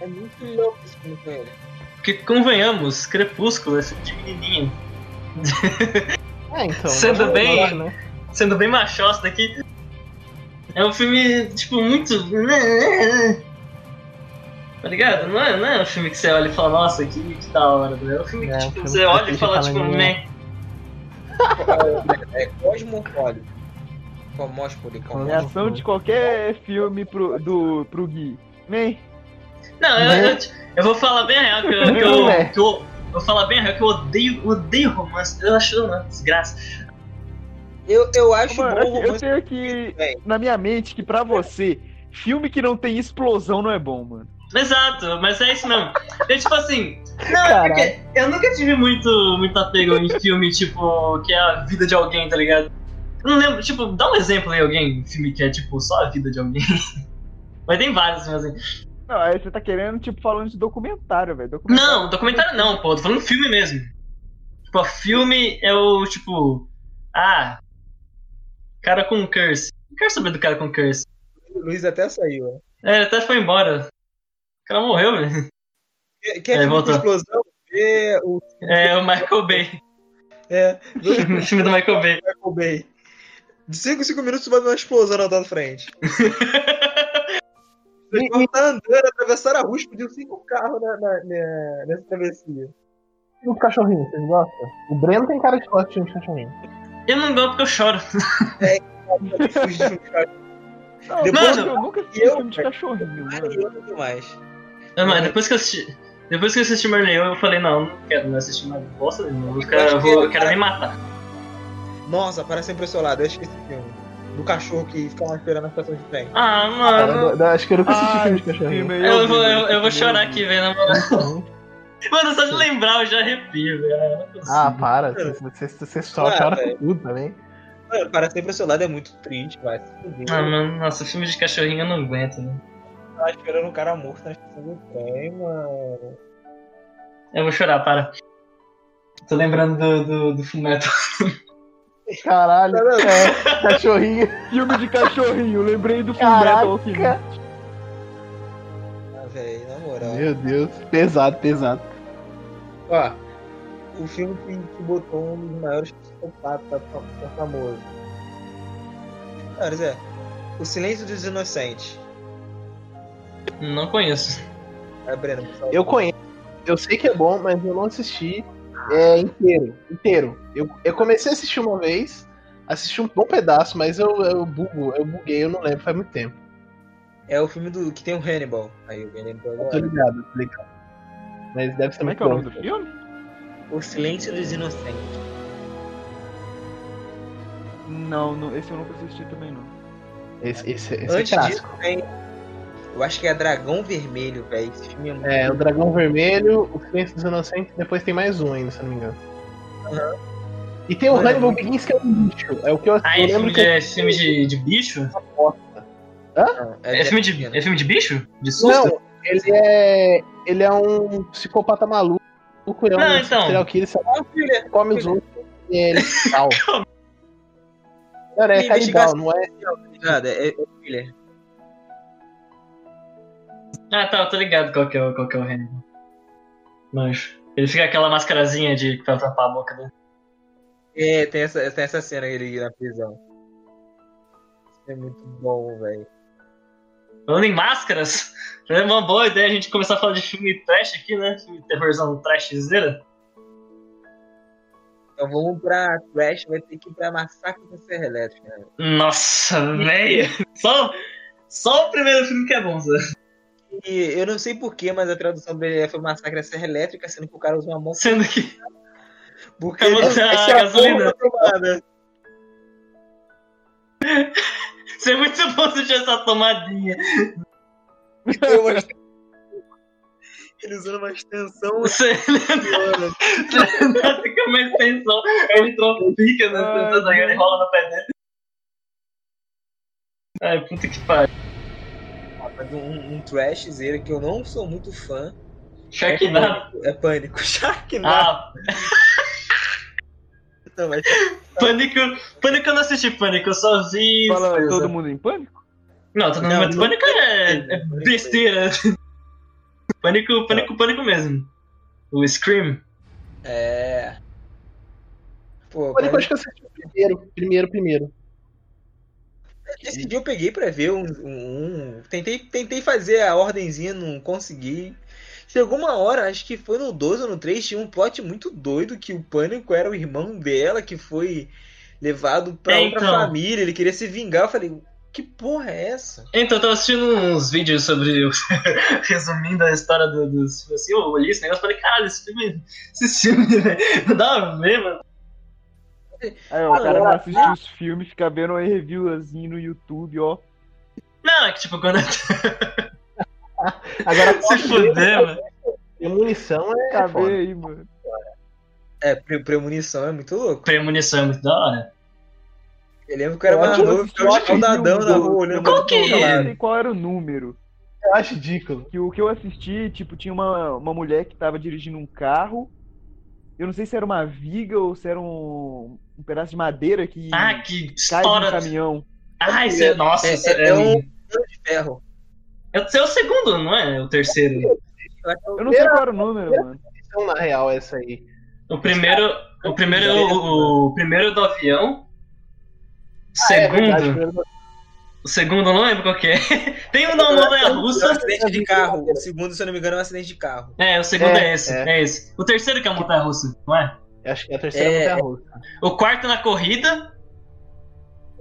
[SPEAKER 4] É muito louco esse filme, velho.
[SPEAKER 2] que convenhamos, Crepúsculo, esse tipo de menininho.
[SPEAKER 1] É, então.
[SPEAKER 2] Sendo
[SPEAKER 1] né?
[SPEAKER 2] bem-
[SPEAKER 1] né?
[SPEAKER 2] Sendo bem machosta daqui. É um filme, tipo, muito. né, Tá ligado? Não é, não é um filme que você olha e fala, nossa, que, que da hora, né? É um filme que
[SPEAKER 1] É,
[SPEAKER 2] tipo,
[SPEAKER 1] um filme
[SPEAKER 2] você
[SPEAKER 1] que
[SPEAKER 2] olha e
[SPEAKER 1] assiste
[SPEAKER 2] fala,
[SPEAKER 1] e fala,
[SPEAKER 2] tipo,
[SPEAKER 1] "Não".
[SPEAKER 2] né?
[SPEAKER 4] É Cosmopolita. Cosmopolita,
[SPEAKER 3] É
[SPEAKER 4] Cosmopolita.
[SPEAKER 3] a ação de qualquer filme pro, do, pro Gui. Man,
[SPEAKER 2] Não, eu,
[SPEAKER 1] Né?
[SPEAKER 2] eu, eu vou falar bem a real que eu. Que
[SPEAKER 1] Não é.
[SPEAKER 2] eu, que eu eu vou falar bem a real que eu odeio, odeio romance. Eu acho uma desgraça.
[SPEAKER 4] Eu, eu acho
[SPEAKER 3] mano,
[SPEAKER 4] bom o
[SPEAKER 3] eu
[SPEAKER 4] romance.
[SPEAKER 3] tenho aqui
[SPEAKER 4] velho.
[SPEAKER 3] na minha mente que pra você, filme que não tem explosão não é bom, mano.
[SPEAKER 2] Exato, mas é isso mesmo. É tipo assim, não, é
[SPEAKER 1] Caralho.
[SPEAKER 2] porque eu nunca tive muito, muito apego em filme, tipo, que é a vida de alguém, tá ligado? Eu não lembro, tipo, dá um exemplo aí, alguém, filme que é, tipo, só a vida de alguém. Mas tem vários, mas assim.
[SPEAKER 3] Não, aí você tá querendo, tipo, falando de documentário, velho. Documentário.
[SPEAKER 2] Não, documentário não, pô, tô falando filme mesmo. Tipo, filme é o, tipo, ah, cara com curse. Não quero saber do cara com curse.
[SPEAKER 4] O Luiz até saiu. ó.
[SPEAKER 2] É, ele até foi embora. O cara morreu, velho.
[SPEAKER 4] Quer, quer
[SPEAKER 2] É,
[SPEAKER 4] filme com
[SPEAKER 2] voltou.
[SPEAKER 4] tipo explosão? Vê o.
[SPEAKER 2] É, o Michael Bay.
[SPEAKER 4] É, vê
[SPEAKER 2] O filme do Michael Bay.
[SPEAKER 4] Michael Bay. De 5 em 5 minutos tu vai ver uma explosão na tua frente. Vocês vão estar andando, atravessaram a rua, explodiu cinco carros na, na- na- nessa travessia.
[SPEAKER 1] E os cachorrinhos, vocês gostam? O Breno tem cara que gosta de filme de cachorrinho.
[SPEAKER 2] Eu não gosto porque eu choro.
[SPEAKER 3] Não,
[SPEAKER 4] Depois-
[SPEAKER 3] mano, eu nunca assisti
[SPEAKER 4] eu-
[SPEAKER 3] filme de cachorrinho, mano.
[SPEAKER 4] Maravilhoso demais.
[SPEAKER 2] Não, mas depois que eu assisti. Depois que eu assisti Marley, eu falei, não, não quero não assistir mais bosta nenhuma. Eu quero, eu vou- eu quero me matar.
[SPEAKER 4] Nossa, parece impressionado, eu acho que esse filme. Do cachorro que ficava esperando a estação de trem.
[SPEAKER 2] Ah,
[SPEAKER 1] Cara,
[SPEAKER 2] mano.
[SPEAKER 1] eu- eu acho que eu nunca assisti filme de
[SPEAKER 3] Ah, esse
[SPEAKER 1] cachorrinho.
[SPEAKER 3] filme é aí
[SPEAKER 2] Eu
[SPEAKER 3] vi,
[SPEAKER 2] vou,
[SPEAKER 3] mano,
[SPEAKER 2] eu, eu vou
[SPEAKER 3] esse filme
[SPEAKER 2] chorar
[SPEAKER 3] eu vi.
[SPEAKER 2] aqui, velho. na moral. Mano, só de lembrar eu já arrepio, velho. Não consigo.
[SPEAKER 1] Ah, para. Você, você, você só
[SPEAKER 4] Ah,
[SPEAKER 1] chora
[SPEAKER 4] velho.
[SPEAKER 1] com tudo também.
[SPEAKER 4] Mano, parece impressionado é muito triste, vai. se fuder.
[SPEAKER 2] Ah, mano, nossa, filme de cachorrinho eu não aguento, né?
[SPEAKER 4] Tava esperando um cara morto na estação do trem, mano.
[SPEAKER 2] Eu vou chorar, para. Tô lembrando do, do, do Fullmetal.
[SPEAKER 1] Caralho, é, cachorrinho.
[SPEAKER 3] Filme de cachorrinho, lembrei do Fullmetal aqui.
[SPEAKER 1] Caraca.
[SPEAKER 4] Ah, velho, na moral.
[SPEAKER 1] Meu Deus, pesado, pesado.
[SPEAKER 4] Ó, o filme que, que botou um dos maiores psicopatas pra- pra famoso. Cara, Zé, é, O Silêncio dos Inocentes.
[SPEAKER 2] Não conheço.
[SPEAKER 4] É, Breno, por favor.
[SPEAKER 1] Eu conheço, eu sei que é bom, mas eu não assisti é, inteiro. Inteiro. Eu, eu comecei a assistir uma vez, assisti um bom pedaço, mas eu, eu bugo, eu buguei, eu não lembro, faz muito tempo.
[SPEAKER 4] É o filme do que tem o Hannibal. Aí o Hannibal é
[SPEAKER 1] Eu tô
[SPEAKER 4] agora.
[SPEAKER 1] ligado, tô ligado. Mas deve ser
[SPEAKER 3] Como é
[SPEAKER 1] muito
[SPEAKER 3] que é o
[SPEAKER 1] bom.
[SPEAKER 3] nome do filme?
[SPEAKER 4] O Silêncio dos Inocentes.
[SPEAKER 3] Não, não, esse eu nunca assisti também não.
[SPEAKER 1] Esse, esse, esse é
[SPEAKER 4] Antes
[SPEAKER 1] clássico.
[SPEAKER 4] disso, tem. Eu acho que é Dragão Vermelho, velho. Esse filme é muito.
[SPEAKER 1] É, o Dragão Vermelho, o Silêncio dos Inocentes, depois tem mais um ainda, se eu não me engano. E tem o
[SPEAKER 4] Mano,
[SPEAKER 1] Hannibal
[SPEAKER 4] muito-
[SPEAKER 1] Biggins, que é um bicho. É o que eu,
[SPEAKER 2] Ah,
[SPEAKER 1] eu
[SPEAKER 2] é filme,
[SPEAKER 1] lembro que
[SPEAKER 2] de, é filme de, de bicho?
[SPEAKER 4] Não,
[SPEAKER 2] É, filme de, é filme de bicho? De susto?
[SPEAKER 1] Não, ele é. Ele é um psicopata maluco. Ele é um
[SPEAKER 2] Não, então.
[SPEAKER 1] serial killer, sei lá,
[SPEAKER 4] Ah, filho, é
[SPEAKER 1] ele come os outros e ele é tal. Cara, é
[SPEAKER 4] Ele
[SPEAKER 1] canibal,
[SPEAKER 4] investigação.
[SPEAKER 1] não é?
[SPEAKER 4] ligado? É, é filho.
[SPEAKER 2] Ah, tá, eu tô ligado qual que é o, qual que é o Hannibal. Manjo. Ele fica com aquela mascarazinha de pra tapar a boca dele.
[SPEAKER 4] É, tem essa, tem essa cena ele na prisão. Isso é muito bom, velho.
[SPEAKER 2] Falando em máscaras, é uma boa ideia a gente começar a falar de filme trash aqui, né? Filme terrorzão trashzeira.
[SPEAKER 4] Então vamos pra Crash, vai ter que ir pra Massacre da Serra Elétrica. né?
[SPEAKER 2] Nossa,
[SPEAKER 4] Hum.
[SPEAKER 2] velho. Só, só o primeiro filme que é bom, Zé.
[SPEAKER 4] E eu não sei porquê, mas a tradução dele é, foi Massacre da Serra Elétrica, sendo que o cara usa uma mão.
[SPEAKER 2] Sendo que
[SPEAKER 4] Porque
[SPEAKER 2] acabou
[SPEAKER 4] ele-
[SPEAKER 2] a
[SPEAKER 4] esse é a
[SPEAKER 2] gasolina.
[SPEAKER 4] bomba tomada.
[SPEAKER 2] Isso é muito bom se tinha essa tomadinha.
[SPEAKER 4] Tem uma- Ele usando uma extensão.
[SPEAKER 2] Você
[SPEAKER 4] mano.
[SPEAKER 2] fica uma extensão, aí ele tropica na
[SPEAKER 3] Ai,
[SPEAKER 2] extensão da galera e rola no pé dele. Ai, puta que pariu.
[SPEAKER 4] Mas um, um trashzeiro que eu não sou muito fã.
[SPEAKER 2] Sharknado.
[SPEAKER 4] É pânico. Sharknado.
[SPEAKER 2] Ah,
[SPEAKER 4] Não, mas
[SPEAKER 2] Pânico. Pânico eu não assisti Pânico, eu só vi.
[SPEAKER 3] Fala
[SPEAKER 2] coisa.
[SPEAKER 3] todo mundo em pânico?
[SPEAKER 2] Não, todo
[SPEAKER 4] Não,
[SPEAKER 2] mundo. mas
[SPEAKER 4] não.
[SPEAKER 2] Pânico é, é besteira. Pânico, pânico, pânico mesmo. O Scream.
[SPEAKER 4] É.
[SPEAKER 1] Olha
[SPEAKER 4] Pô,
[SPEAKER 1] que eu
[SPEAKER 4] quando...
[SPEAKER 1] acho que eu assisti o primeiro, primeiro, primeiro.
[SPEAKER 4] esse dia eu peguei pra ver um. um- um- Tentei, tentei fazer a ordenzinha, não consegui. Chegou uma hora, acho que foi no 2 ou no 3, tinha um plot muito doido que o Pânico era o irmão dela que foi levado pra
[SPEAKER 2] É,
[SPEAKER 4] outra
[SPEAKER 2] então.
[SPEAKER 4] família, ele queria se vingar. Eu falei, que porra é essa?
[SPEAKER 2] Então, eu tava assistindo uns vídeos sobre. o- resumindo a história do- dos filmes. Assim, eu olhei esse negócio e falei, caralho, esse filme. Esse filme, velho. Não dá pra ver, mano.
[SPEAKER 3] Aí, ó, o cara não assiste os filmes, fica vendo aí review assim no YouTube, ó.
[SPEAKER 2] Não, é que tipo, quando.
[SPEAKER 1] Agora,
[SPEAKER 2] se fuder, mano.
[SPEAKER 1] E munição é.
[SPEAKER 3] Tá
[SPEAKER 1] foda.
[SPEAKER 3] aí, mano.
[SPEAKER 4] É, pre- premonição é muito louco.
[SPEAKER 2] Premonição é muito da hora.
[SPEAKER 4] Eu lembro que Ah, eu era mais
[SPEAKER 1] Eu acho
[SPEAKER 4] novo,
[SPEAKER 1] que
[SPEAKER 4] ficava
[SPEAKER 1] esse
[SPEAKER 4] escaldadão na rua
[SPEAKER 3] Eu
[SPEAKER 4] olhando
[SPEAKER 2] Qual
[SPEAKER 4] pra
[SPEAKER 2] que-
[SPEAKER 4] todo
[SPEAKER 3] não
[SPEAKER 4] lado.
[SPEAKER 3] sei é qual era o número.
[SPEAKER 1] Eu acho ridículo.
[SPEAKER 3] Que o que eu assisti, tipo, tinha uma, uma mulher que tava dirigindo um carro. Eu não sei se era uma viga ou se era um, um pedaço de madeira que
[SPEAKER 2] Ah, que
[SPEAKER 3] cai de um
[SPEAKER 2] história.
[SPEAKER 3] caminhão.
[SPEAKER 2] Ah, isso é. Nossa,
[SPEAKER 4] É-
[SPEAKER 2] isso
[SPEAKER 4] é-
[SPEAKER 2] é,
[SPEAKER 4] é
[SPEAKER 2] um.
[SPEAKER 4] de ferro.
[SPEAKER 2] Esse é o segundo, não é? O terceiro.
[SPEAKER 3] Eu não sei qual era o número, mano.
[SPEAKER 1] Então, na real, essa aí.
[SPEAKER 2] O primeiro, o primeiro, o, o primeiro do avião. O
[SPEAKER 1] Ah, é
[SPEAKER 2] segundo,
[SPEAKER 1] verdade, primeiro-
[SPEAKER 2] o segundo eu não lembro qual que é. Tem um da montanha
[SPEAKER 4] É um
[SPEAKER 2] russa.
[SPEAKER 4] acidente de carro. O segundo, se eu não me engano, é um acidente de carro.
[SPEAKER 2] É, o segundo é,
[SPEAKER 1] É,
[SPEAKER 2] esse,
[SPEAKER 1] é.
[SPEAKER 2] é. esse. O terceiro que é a montanha russa, não é?
[SPEAKER 1] eu Acho que é a terceira
[SPEAKER 4] É,
[SPEAKER 1] montanha russa.
[SPEAKER 2] O quarto é na corrida.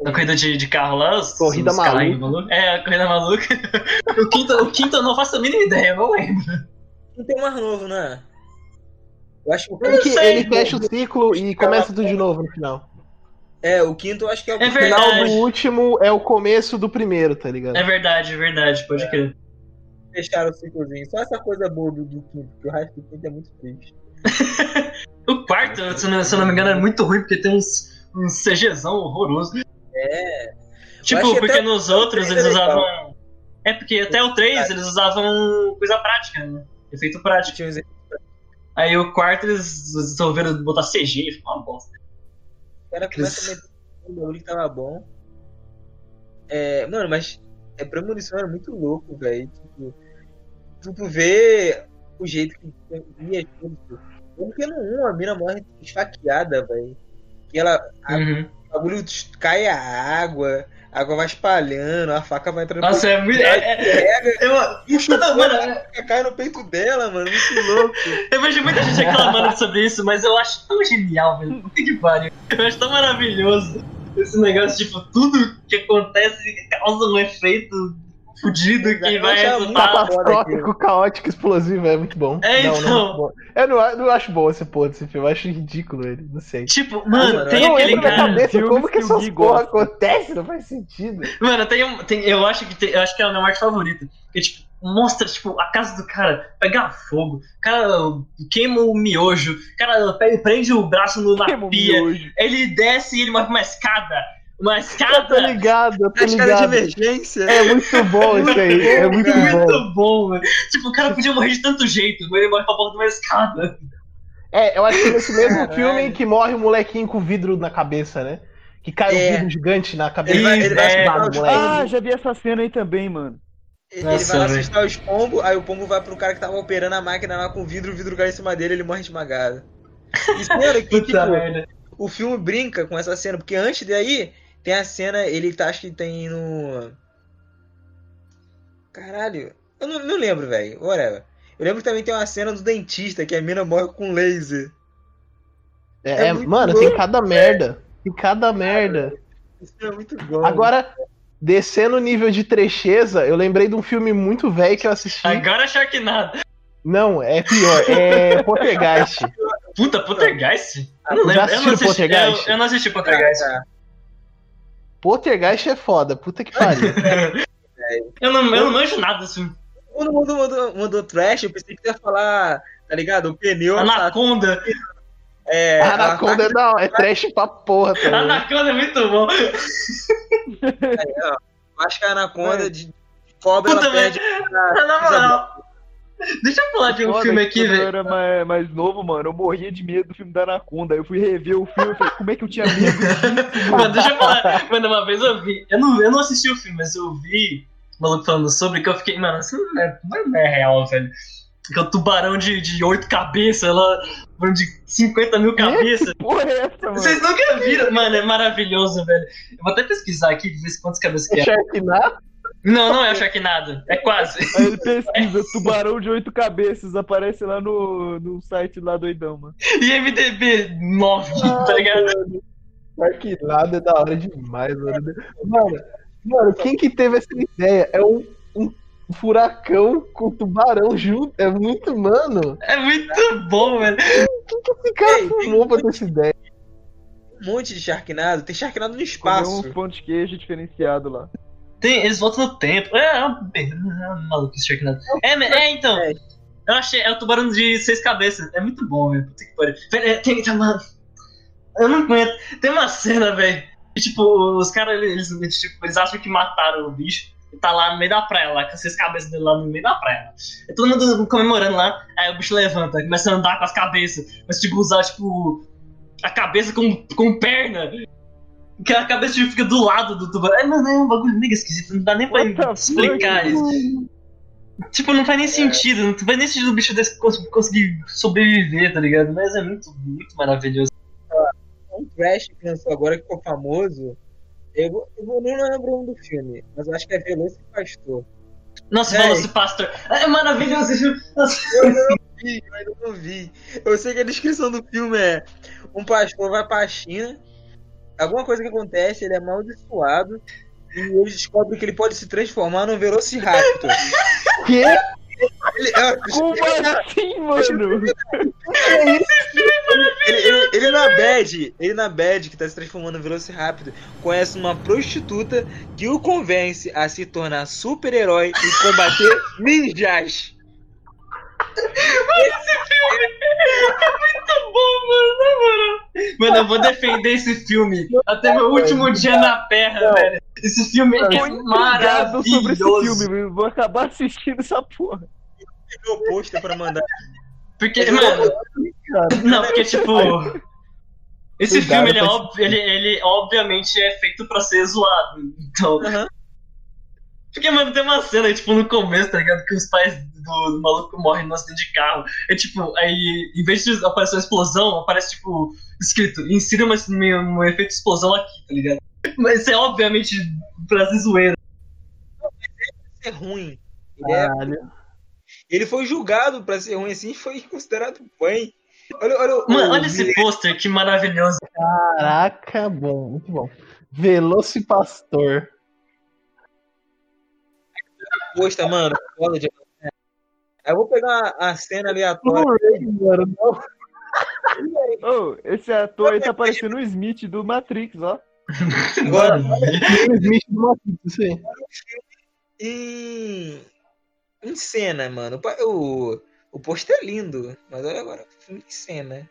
[SPEAKER 2] Na corrida de, de carro lá. os-
[SPEAKER 1] Corrida
[SPEAKER 2] os caras
[SPEAKER 1] maluca.
[SPEAKER 2] malucos. É, a corrida maluca. o, quinto, o quinto eu não faço a mínima ideia, eu não lembro.
[SPEAKER 4] Não tem um ar novo, né? Eu acho que o
[SPEAKER 1] Ele,
[SPEAKER 4] quinto.
[SPEAKER 2] sei,
[SPEAKER 1] ele fecha o ciclo e começa tudo de novo no final.
[SPEAKER 4] É, o quinto eu acho que é o
[SPEAKER 2] É
[SPEAKER 1] O
[SPEAKER 2] verdade.
[SPEAKER 1] final do último é o começo do primeiro, tá ligado?
[SPEAKER 2] É verdade, é verdade, pode crer.
[SPEAKER 4] que fecharam o ciclozinho. Só essa coisa boa do, do quinto, porque o resto do quinto é muito triste.
[SPEAKER 2] O quarto, se eu não, se eu não me engano, é muito ruim porque tem uns, uns CGzão horroroso.
[SPEAKER 4] É. Eu
[SPEAKER 2] Tipo,
[SPEAKER 4] achei
[SPEAKER 2] porque
[SPEAKER 4] até
[SPEAKER 2] nos outros
[SPEAKER 4] três
[SPEAKER 2] eles
[SPEAKER 4] legal.
[SPEAKER 2] usavam. É, porque até o 3 eles usavam coisa prática, né? Efeito prático.
[SPEAKER 4] Tinha uns-
[SPEAKER 2] Aí o quarto eles resolveram botar CG, ficou uma bosta.
[SPEAKER 4] O cara
[SPEAKER 2] Aqueles-
[SPEAKER 4] começa a meter o bagulho que tava bom. É, mano, mas é premonição era muito louco, velho. Tipo, tu tu vê o jeito que ia tudo. Como que no 1 a mina morre esfaqueada, velho. Que ela. a-
[SPEAKER 2] Uhum.
[SPEAKER 4] O bagulho cai a água, a água vai espalhando, a faca vai entrando
[SPEAKER 2] Nossa, é muito. É, é, é, é uma- Toda- mano,
[SPEAKER 4] faca cai no peito dela, mano. Muito louco.
[SPEAKER 2] eu vejo muita gente reclamando sobre isso, mas eu acho tão genial, velho. Puta que pariu. Eu acho tão maravilhoso esse negócio, tipo, tudo que acontece causa um efeito fudido que
[SPEAKER 4] Eu
[SPEAKER 2] vai
[SPEAKER 4] achava muito
[SPEAKER 1] tá Ah,
[SPEAKER 2] resultar.
[SPEAKER 1] Catastrófico, caótico, explosivo, é muito bom.
[SPEAKER 2] É,
[SPEAKER 1] Não, não,
[SPEAKER 2] então.
[SPEAKER 1] muito bom. Eu não, não acho bom esse porra desse filme, eu acho ridículo ele, não sei.
[SPEAKER 2] Tipo, mano,
[SPEAKER 4] Não,
[SPEAKER 2] tem
[SPEAKER 1] não
[SPEAKER 2] aquele
[SPEAKER 1] entra na
[SPEAKER 2] cara.
[SPEAKER 1] cabeça
[SPEAKER 3] filmes
[SPEAKER 1] como que
[SPEAKER 3] que o
[SPEAKER 1] essas
[SPEAKER 3] Gui
[SPEAKER 1] porra
[SPEAKER 3] gosta.
[SPEAKER 1] acontecem, não faz sentido.
[SPEAKER 2] Mano, tem um. Tem, eu acho que tem, eu acho que é a minha parte favorita. Que tipo, mostra, tipo, a casa do cara pegar fogo, o cara queima o miojo, o cara pe- prende o braço no, na
[SPEAKER 3] Queima o
[SPEAKER 2] pia,
[SPEAKER 3] miojo.
[SPEAKER 2] ele desce e ele vai pra uma escada. Uma
[SPEAKER 1] Eu tô
[SPEAKER 2] escada!
[SPEAKER 1] ligado, Ah, eu tô
[SPEAKER 4] As caras de
[SPEAKER 1] Tá ligado.
[SPEAKER 4] emergência.
[SPEAKER 1] É muito bom isso aí, é muito bom.
[SPEAKER 2] Muito bom, mano. Tipo, o cara podia morrer de tanto jeito, mas ele morre pra porta de uma escada.
[SPEAKER 1] É, eu acho que nesse mesmo
[SPEAKER 4] Caralho.
[SPEAKER 1] filme que morre o molequinho com vidro na cabeça, né? Que cai
[SPEAKER 4] É.
[SPEAKER 1] um vidro gigante na cabeça.
[SPEAKER 4] Ele vai- ele vai
[SPEAKER 1] Isso,
[SPEAKER 4] soltar os
[SPEAKER 1] moleque.
[SPEAKER 3] Ah, já vi essa cena aí também, mano.
[SPEAKER 4] Ele
[SPEAKER 2] Nossa,
[SPEAKER 4] vai
[SPEAKER 2] velho.
[SPEAKER 4] assustar os pombos, aí o pombo vai pro cara que tava operando a máquina lá com o vidro, o vidro cai em cima dele ele morre esmagado. E cena que,
[SPEAKER 2] Puta
[SPEAKER 4] tipo,
[SPEAKER 2] merda.
[SPEAKER 4] o filme brinca com essa cena, porque antes daí tem a cena, ele tá, acho que tem no. Caralho, eu não, não lembro, velho, whatever. Eu lembro que também tem uma cena do dentista, que a mina morre com laser.
[SPEAKER 1] É,
[SPEAKER 4] É
[SPEAKER 1] é,
[SPEAKER 4] muito
[SPEAKER 1] mano,
[SPEAKER 4] bom.
[SPEAKER 1] tem cada merda. Tem cada merda.
[SPEAKER 4] Isso é muito bom.
[SPEAKER 1] Agora, descendo o nível de trecheza, eu lembrei de um filme muito velho que eu assisti.
[SPEAKER 2] Agora é Sharknado.
[SPEAKER 1] Não, é pior. É Poltergeist.
[SPEAKER 2] Puta, Poltergeist? Eu não
[SPEAKER 1] Já
[SPEAKER 2] lembro. Eu
[SPEAKER 1] assistiram
[SPEAKER 2] não assisti,
[SPEAKER 1] Poltergeist?
[SPEAKER 2] eu, eu não assisti Poltergeist.
[SPEAKER 4] cara,
[SPEAKER 1] Poltergeist é foda, puta que pariu.
[SPEAKER 2] Eu não, eu não manjo nada assim. desse filme.
[SPEAKER 4] quando o mundo mandou, mandou trash, eu pensei que ia falar, tá ligado? O pneu.
[SPEAKER 2] Ah, Anaconda.
[SPEAKER 4] É, a
[SPEAKER 1] Anaconda Ah, não, é trash pra porra também.
[SPEAKER 2] Anaconda é muito bom.
[SPEAKER 4] Eu acho que a anaconda de de cobra
[SPEAKER 2] Puta,
[SPEAKER 4] ela perde.
[SPEAKER 2] Mas Na moral. Deixa eu falar de um
[SPEAKER 3] Foda
[SPEAKER 2] filme
[SPEAKER 3] que
[SPEAKER 2] aqui,
[SPEAKER 3] quando eu
[SPEAKER 2] velho.
[SPEAKER 3] era mais, mais novo, mano, eu morria de medo do filme da Anaconda. Aí Eu fui rever o filme e falei, como é que eu tinha medo?
[SPEAKER 2] Mano, deixa eu falar. Mano, uma vez eu vi. Eu não, eu não assisti o filme, mas eu vi o maluco falando sobre que eu fiquei, mano, isso não é, não é real, velho. Que é o tubarão de, de 8 cabeças, lá, mano, de 50 mil cabeças.
[SPEAKER 3] Porra, é essa, mano?
[SPEAKER 2] Vocês nunca viram, mano, é maravilhoso, velho. Eu vou até pesquisar aqui ver se quantas cabeças que é.
[SPEAKER 1] Sharknado?
[SPEAKER 2] Não, não é o Sharknado, é quase.
[SPEAKER 3] Aí ele pesquisa, tubarão de oito cabeças, aparece lá no, no site lá doidão, mano.
[SPEAKER 2] E MDB 9, tá ligado?
[SPEAKER 1] Sharknado é da hora demais, mano. Mano, mano, quem que teve essa ideia? É um, um furacão com tubarão junto. É muito, mano.
[SPEAKER 2] É muito bom, velho.
[SPEAKER 1] Quem que esse cara
[SPEAKER 4] Ei,
[SPEAKER 1] fumou pra ter essa ideia?
[SPEAKER 4] Um monte de Sharknado. Tem Sharknado no
[SPEAKER 3] Comeu
[SPEAKER 4] espaço.
[SPEAKER 3] uns pão de queijo diferenciado lá.
[SPEAKER 2] Tem, eles voltam no tempo. É, é um be- é um maluco esse Sharknado. É, me- é, então. Eu achei. É o tubarão de seis cabeças. É muito bom, velho. Puta que pariu. Velho, é, Tem, tem uma. Eu não aguento. Tem uma cena, velho. que, Tipo, os caras, eles, eles, tipo, eles acham que mataram o bicho. E tá lá no meio da praia, lá, com as seis cabeças dele lá no meio da praia. E todo mundo comemorando lá. Aí o bicho levanta, começa a andar com as cabeças. Mas, tipo, usar, tipo. A cabeça com, com perna. Que a cabeça tipo, fica do lado do tubarão. É, mano, é um bagulho mega esquisito. Não dá nem
[SPEAKER 3] What the
[SPEAKER 2] pra
[SPEAKER 3] fuck, É.
[SPEAKER 2] explicar isso. Tipo, não faz nem sentido, não faz nem sentido o bicho desse cons- conseguir sobreviver, tá ligado? Mas é muito, muito maravilhoso.
[SPEAKER 4] Um Crash que lançou agora que ficou famoso. Eu, vou- eu vou- não lembro o nome do filme, mas eu acho que é Veloso e Pastor.
[SPEAKER 2] Nossa,
[SPEAKER 4] É.
[SPEAKER 2] Velocity Pastor, é maravilhoso esse filme. Nossa,
[SPEAKER 4] Eu ainda não vi, eu ainda não vi. Eu sei que a descrição do filme é: um pastor vai pra China, alguma coisa que acontece, ele é amaldiçoado, e eles descobrem que ele pode se transformar num Velociraptor.
[SPEAKER 1] Que
[SPEAKER 4] Ele, é,
[SPEAKER 3] Como assim, mano?
[SPEAKER 4] Ele, ele- ele é na bad, ele na bad que tá se transformando em Velociraptor, conhece uma prostituta que o convence a se tornar super-herói e combater ninjas.
[SPEAKER 2] muito bom, mano, na moral. Mano, eu vou defender esse filme até meu último dia na Terra, velho. Esse filme
[SPEAKER 3] Eu
[SPEAKER 2] é
[SPEAKER 3] tô intrigado
[SPEAKER 2] maravilhoso.
[SPEAKER 3] sobre esse filme, mano. Vou acabar assistindo essa porra.
[SPEAKER 4] Meu pôster pra mandar.
[SPEAKER 2] Porque, mano. Não, porque, tipo. Esse
[SPEAKER 1] Cuidado
[SPEAKER 2] filme, ele, é
[SPEAKER 1] com
[SPEAKER 2] ob- ele, ele obviamente é feito pra ser zoado. Então.
[SPEAKER 4] Aham.
[SPEAKER 2] Porque, mano, tem uma cena, tipo, no começo, tá ligado? Que os pais do, do maluco morrem no acidente de carro. É tipo, aí, em vez de aparecer uma explosão, aparece, tipo, escrito: insira uma- um, um efeito de explosão aqui, tá ligado? Mas isso é obviamente pra ser zoeira.
[SPEAKER 4] ser ruim. Ele, é-
[SPEAKER 3] Caralho.
[SPEAKER 4] ele foi julgado pra ser ruim assim e foi considerado ruim. Olha, olha, o-
[SPEAKER 2] Mano,
[SPEAKER 4] o-
[SPEAKER 2] olha esse pôster, que maravilhoso.
[SPEAKER 1] Caraca, bom, muito bom. Velocipastor.
[SPEAKER 4] Posta, mano. Foda de... Aí eu vou pegar a cena aleatória.
[SPEAKER 1] Blu-ray, mano. Não.
[SPEAKER 3] Ô, esse ator aí tá parecendo o Smith do Matrix, ó.
[SPEAKER 4] Agora.
[SPEAKER 1] Smith do Matrix, isso aí.
[SPEAKER 4] em, em cena, mano. O pa- O, o pôster é lindo, mas olha agora, o filme em cena.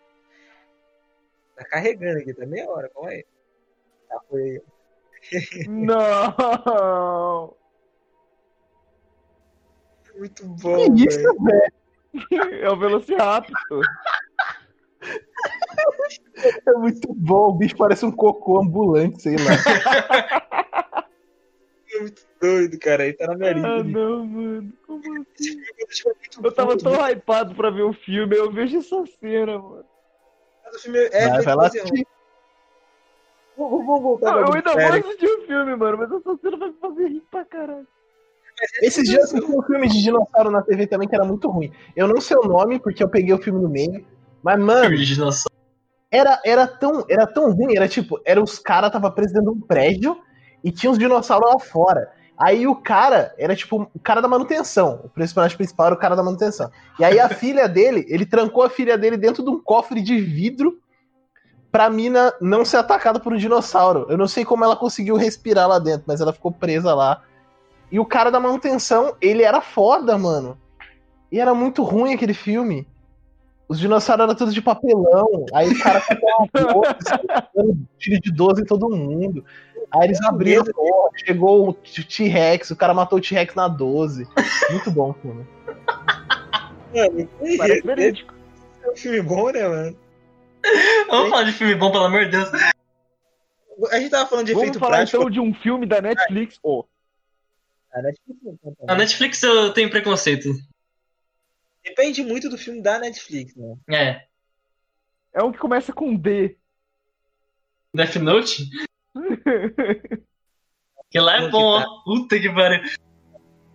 [SPEAKER 4] Tá carregando aqui, tá meia hora, calma aí. Tá, foi aí.
[SPEAKER 3] Não!
[SPEAKER 4] Muito
[SPEAKER 1] Que
[SPEAKER 4] bom,
[SPEAKER 1] isso,
[SPEAKER 4] velho.
[SPEAKER 1] velho?
[SPEAKER 3] É o Velociraptor.
[SPEAKER 1] É muito bom. O bicho parece um cocô ambulante, sei lá.
[SPEAKER 4] Doido, cara, aí tá na minha
[SPEAKER 3] Ah,
[SPEAKER 4] lista.
[SPEAKER 3] não, mano. Como assim?
[SPEAKER 4] Esse filme me deixou muito
[SPEAKER 3] Eu tava
[SPEAKER 4] puto,
[SPEAKER 3] tão
[SPEAKER 4] velho.
[SPEAKER 3] hypado pra ver o filme, eu vejo essa cena, mano.
[SPEAKER 4] Mas O filme é
[SPEAKER 1] Vai,
[SPEAKER 4] feito
[SPEAKER 1] vai
[SPEAKER 4] pra
[SPEAKER 1] lá
[SPEAKER 4] ser ruim.
[SPEAKER 1] assistir.
[SPEAKER 4] Vamos vamos voltar
[SPEAKER 3] Não,
[SPEAKER 4] pra
[SPEAKER 3] eu
[SPEAKER 4] algum
[SPEAKER 3] ainda vou
[SPEAKER 4] sério.
[SPEAKER 3] assistir o filme, mano, mas essa cena vai me fazer rir pra caralho.
[SPEAKER 1] Esses dias eu assisti um filme de dinossauro na TV também que era muito ruim. Eu não sei o nome, porque eu peguei o filme no meio. Mas, mano,
[SPEAKER 2] Filme de dinossauro.
[SPEAKER 1] era, era, tão, era tão ruim, era tipo, era os caras tava presos dentro de um prédio e tinha uns dinossauros lá fora. Aí o cara era tipo o cara da manutenção. O personagem principal era o cara da manutenção. E aí a filha dele, ele trancou a filha dele dentro de um cofre de vidro pra mina não ser atacada por um dinossauro. Eu não sei como ela conseguiu respirar lá dentro, mas ela ficou presa lá. E o cara da manutenção, ele era foda, mano. E era muito ruim aquele filme. Os dinossauros eram todos de papelão. Aí o cara comprava um dando tiro de 12 em todo mundo. Aí eles abriram a porta, chegou o T-Rex, o cara matou o T-Rex na 12. Muito bom o filme.
[SPEAKER 4] Mano,
[SPEAKER 3] Parece verídico.
[SPEAKER 4] é um filme bom, né, mano?
[SPEAKER 2] Vamos falar de filme bom, pelo amor de Deus.
[SPEAKER 4] A gente tava falando de
[SPEAKER 3] Vamos
[SPEAKER 4] efeito
[SPEAKER 3] falar
[SPEAKER 4] prático.
[SPEAKER 3] então de um filme da Netflix. Ó,
[SPEAKER 4] cara, né? Tipo, Netflix não conta,
[SPEAKER 3] Ah,
[SPEAKER 2] A
[SPEAKER 4] não.
[SPEAKER 2] Netflix eu tenho preconceito.
[SPEAKER 4] Depende muito do filme da Netflix, né?
[SPEAKER 2] É.
[SPEAKER 3] é um que começa com D.
[SPEAKER 2] Death Note? Que lá é
[SPEAKER 4] Não,
[SPEAKER 2] bom,
[SPEAKER 4] que
[SPEAKER 2] ó. Puta que pariu.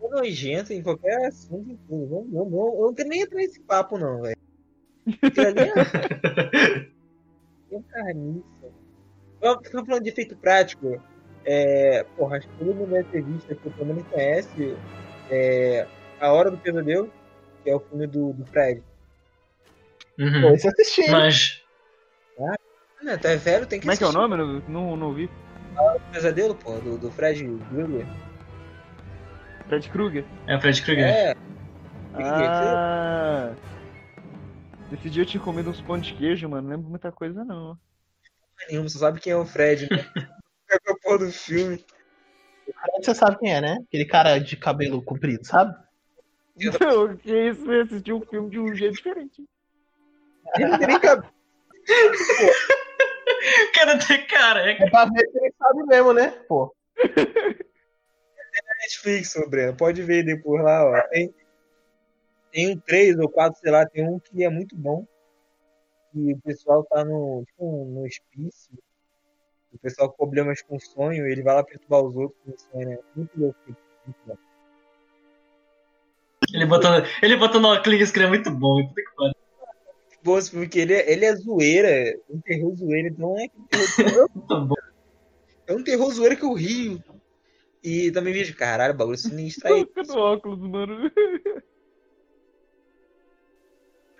[SPEAKER 4] É nojento em qualquer assunto. em tudo. Vamos, vamos, vamos. Eu não quero nem entrar nesse papo, não, velho. Aquilo ali é. é um carniça. Vamos vamos falando de efeito prático. É, porra, acho que todo mundo deve ter visto, que todo mundo conhece. é, A Hora do Pesadelo, que é o filme do, do Fred.
[SPEAKER 1] Pô,
[SPEAKER 2] Uhum.
[SPEAKER 1] esse eu assisti. hein?
[SPEAKER 2] Mas.
[SPEAKER 4] Não, tá velho, tem que
[SPEAKER 3] Como é que é o
[SPEAKER 4] assistir
[SPEAKER 3] nome? Não, não, não vi.
[SPEAKER 4] o Pesadelo, pô, do, do Fred Gruber.
[SPEAKER 3] Fred Krueger.
[SPEAKER 2] É o Fred Krueger.
[SPEAKER 4] É,
[SPEAKER 3] Ah. Esse dia eu te recomendo uns pão de queijo, mano. Não lembro muita coisa, não.
[SPEAKER 4] nenhum, só sabe quem é o Fred, né? É o porra do filme.
[SPEAKER 1] Você sabe quem é, né? Aquele cara de cabelo comprido, sabe?
[SPEAKER 3] Então, que isso? Você assistiu um filme de um jeito diferente.
[SPEAKER 4] Ele não tem nem cabelo.
[SPEAKER 2] Eu quero ter careca.
[SPEAKER 1] É pra ver se ele sabe mesmo, né? Pô.
[SPEAKER 4] Netflix, ô Breno. Pode ver depois lá, ó. Tem, tem um 3 ou 4, sei lá, tem um que é muito bom. E o pessoal tá no, tipo, no hospício. O pessoal com problemas com sonho, ele vai lá perturbar os outros com sonho, né? Muito louco. Muito bom.
[SPEAKER 2] Ele botando, ele botando uma clique escreve é muito bom. Puta que pariu.
[SPEAKER 4] Muito bom esse filme, porque ele, é- ele é zoeira. Um terror zoeira, então é aquele terror.
[SPEAKER 2] Muito bom.
[SPEAKER 4] É um terror zoeira que eu rio. E também vejo, caralho, o bagulho sinistro aí.
[SPEAKER 3] Coloca no óculos, mano.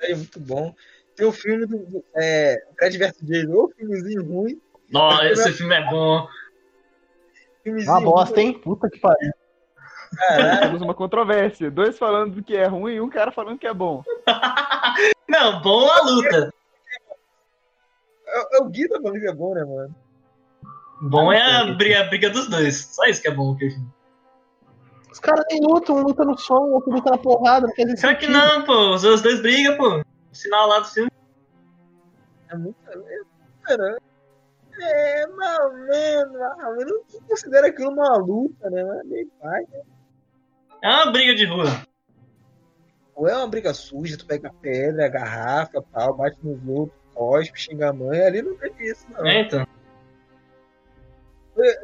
[SPEAKER 4] É muito bom. Tem o filme do, do é, Fred vs. Jason, ou filmezinho ruim.
[SPEAKER 2] Nossa, esse filme é bom.
[SPEAKER 4] Filmezinho
[SPEAKER 1] é Uma
[SPEAKER 4] né? É, ruim,
[SPEAKER 1] bosta, hein? Puta que pariu.
[SPEAKER 4] Caralho.
[SPEAKER 3] Temos uma controvérsia. Dois falando que é ruim e um cara falando que é bom.
[SPEAKER 2] Não, bom a luta.
[SPEAKER 4] É, é o Gui da Bolívia é bom, né, mano?
[SPEAKER 2] Bom é a briga, a briga dos dois. Só isso que é bom. aquele filme.
[SPEAKER 1] Os caras nem lutam, um luta no som, outro luta na porrada. Não quer dizer
[SPEAKER 2] Será que não, pô? Os dois brigam, pô. O sinal lá do filme.
[SPEAKER 4] É muito. é- Cara, é mais ou menos. mais ou menos. Eu não considero aquilo uma luta, né? Mas é meio pai.
[SPEAKER 2] É uma briga de rua.
[SPEAKER 4] Ou é uma briga suja, tu pega pedra, garrafa, pau, bate nos outros, cospe, xinga a mãe. Ali não teve isso, não.
[SPEAKER 2] É, então.